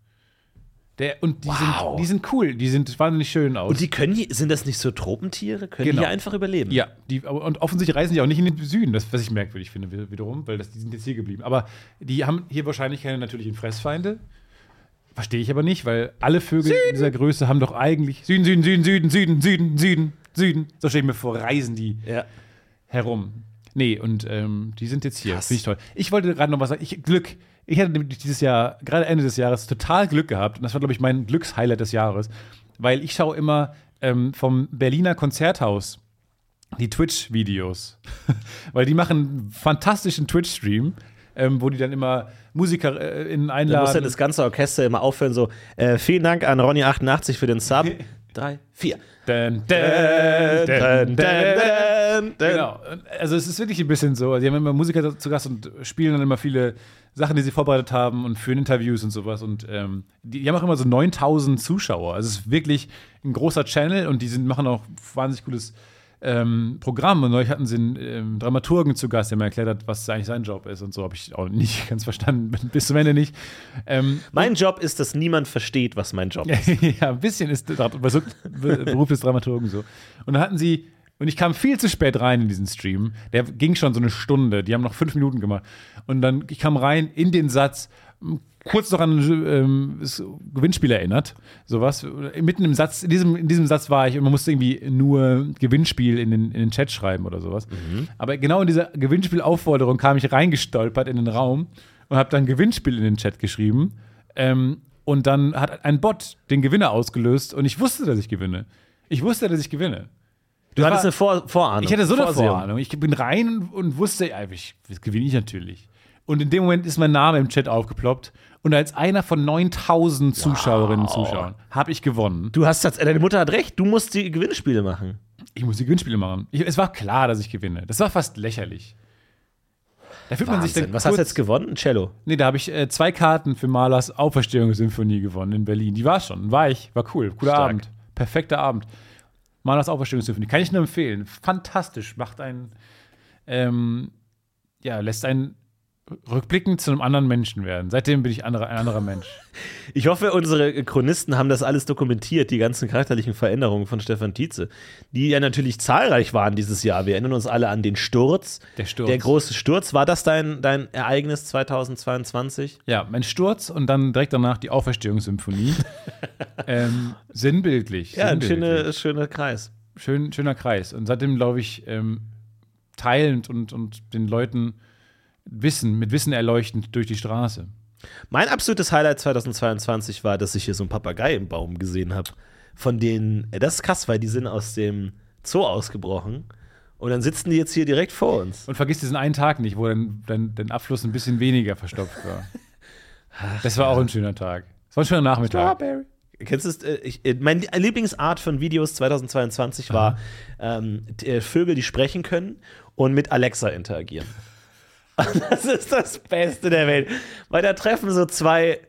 Der, und die, Wow. sind, die sind cool, die sind wahnsinnig schön aus. Und die können hier, sind das nicht so Tropentiere? Können Genau. die hier einfach überleben? Ja, die, und offensichtlich reisen die auch nicht in den Süden, das, was ich merkwürdig finde wi- wiederum, weil das, die sind jetzt hier geblieben. Aber die haben hier wahrscheinlich keine natürlichen Fressfeinde. Verstehe ich aber nicht, weil alle Vögel dieser Größe haben doch eigentlich Süden, Süden, Süden, Süden, Süden, Süden, Süden, Süden. So stelle ich mir vor, reisen die Ja. herum. Nee, und ähm, die sind jetzt hier. Krass. Finde ich toll. Ich wollte gerade noch was sagen. Ich, Glück. Ich hatte nämlich dieses Jahr, gerade Ende des Jahres, total Glück gehabt. Und das war, glaube ich, mein Glückshighlight des Jahres. Weil ich schaue immer ähm, vom Berliner Konzerthaus die Twitch-Videos. (laughs) Weil die machen einen fantastischen Twitch-Stream, ähm, wo die dann immer Musiker äh, in Da muss einladen. dann das ganze Orchester immer aufhören, so, äh, vielen Dank an Ronny88 für den (laughs) Sub. Drei, vier. Dun, dun, dun, dun, dun. Genau. Genau. Also es ist wirklich ein bisschen so. Die haben immer Musiker da- zu Gast und spielen dann immer viele Sachen, die sie vorbereitet haben und führen Interviews und sowas. Und ähm, die, die haben auch immer so 9000 Zuschauer. Also es ist wirklich ein großer Channel und die sind, machen auch wahnsinnig cooles ähm, Programm. Und neulich hatten sie einen ähm, Dramaturgen zu Gast, der mir erklärt hat, was eigentlich sein Job ist und so. Habe ich auch nicht (laughs) ganz verstanden, bis zum Ende nicht. Ähm, Mein Job ist, dass niemand versteht, was mein Job ist. (laughs) ja, ein bisschen ist der Dra- Versuch- Be- Beruf des Dramaturgen so. Und dann hatten sie, und ich kam viel zu spät rein in diesen Stream. Der ging schon so eine Stunde. Die haben noch fünf Minuten gemacht. Und dann, ich kam rein in den Satz, m, kurz noch an ähm, das Gewinnspiel erinnert. Sowas. Mitten im Satz, in diesem, in diesem Satz war ich und man musste irgendwie nur Gewinnspiel in den, in den Chat schreiben oder sowas. Aber genau in dieser Gewinnspielaufforderung kam ich reingestolpert in den Raum und habe dann Gewinnspiel in den Chat geschrieben. Ähm, und dann hat ein Bot den Gewinner ausgelöst und ich wusste, dass ich gewinne. Ich wusste, dass ich gewinne. Du hattest war- eine Vor Vorahnung. Ich hatte so eine Vorsehung. Vorahnung. Ich bin rein und wusste, ey, ich, das gewinne ich natürlich. Und in dem Moment ist mein Name im Chat aufgeploppt. Und als einer von 9000 Zuschauerinnen und Zuschauern habe ich gewonnen. Du hast tats- deine Mutter hat recht, du musst die Gewinnspiele machen. Ich muss die Gewinnspiele machen. Ich, es war klar, dass ich gewinne. Das war fast lächerlich. Da fühlt man sich Wahnsinn. dann Was kurz, hast du jetzt gewonnen? Ein Cello. Nee, da habe ich äh, zwei Karten für Mahlers Auferstehungssymphonie gewonnen in Berlin. Die war schon, war ich, war cool, cooler Stark. Abend, perfekter Abend. Mahlers Auferstehungssymphonie, kann ich nur empfehlen. Fantastisch, macht einen, ähm, ja, lässt einen rückblickend zu einem anderen Menschen werden. Seitdem bin ich andere, ein anderer Mensch. (laughs) Ich hoffe, unsere Chronisten haben das alles dokumentiert, die ganzen charakterlichen Veränderungen von Stefan Tietze, die ja natürlich zahlreich waren dieses Jahr. Wir erinnern uns alle an den Sturz. Der Sturz. Der große Sturz. War das dein, dein Ereignis 2022? Ja, mein Sturz und dann direkt danach die (laughs) Auferstehungssymphonie. ähm, sinnbildlich. Ja, ein sinnbildlich. schöner, schöner Kreis. schön, schöner Kreis. Und seitdem, glaube ich, ähm, teilend und, und den Leuten Wissen, mit Wissen erleuchtend durch die Straße. Mein absolutes Highlight 2022 war, dass ich hier so einen Papagei im Baum gesehen habe. Von denen, das ist krass, weil die sind aus dem Zoo ausgebrochen. Und dann sitzen die jetzt hier direkt vor uns. Und vergiss diesen einen Tag nicht, wo dein, dein, dein Abfluss ein bisschen weniger verstopft war. das war auch ein schöner Tag. Das war ein schöner Nachmittag. Kennst du es? äh, Ich, äh, meine Lieblingsart von Videos 2022 war ähm, t- äh, Vögel, die sprechen können und mit Alexa interagieren. (laughs) das ist das Beste der Welt. Weil da treffen so zwei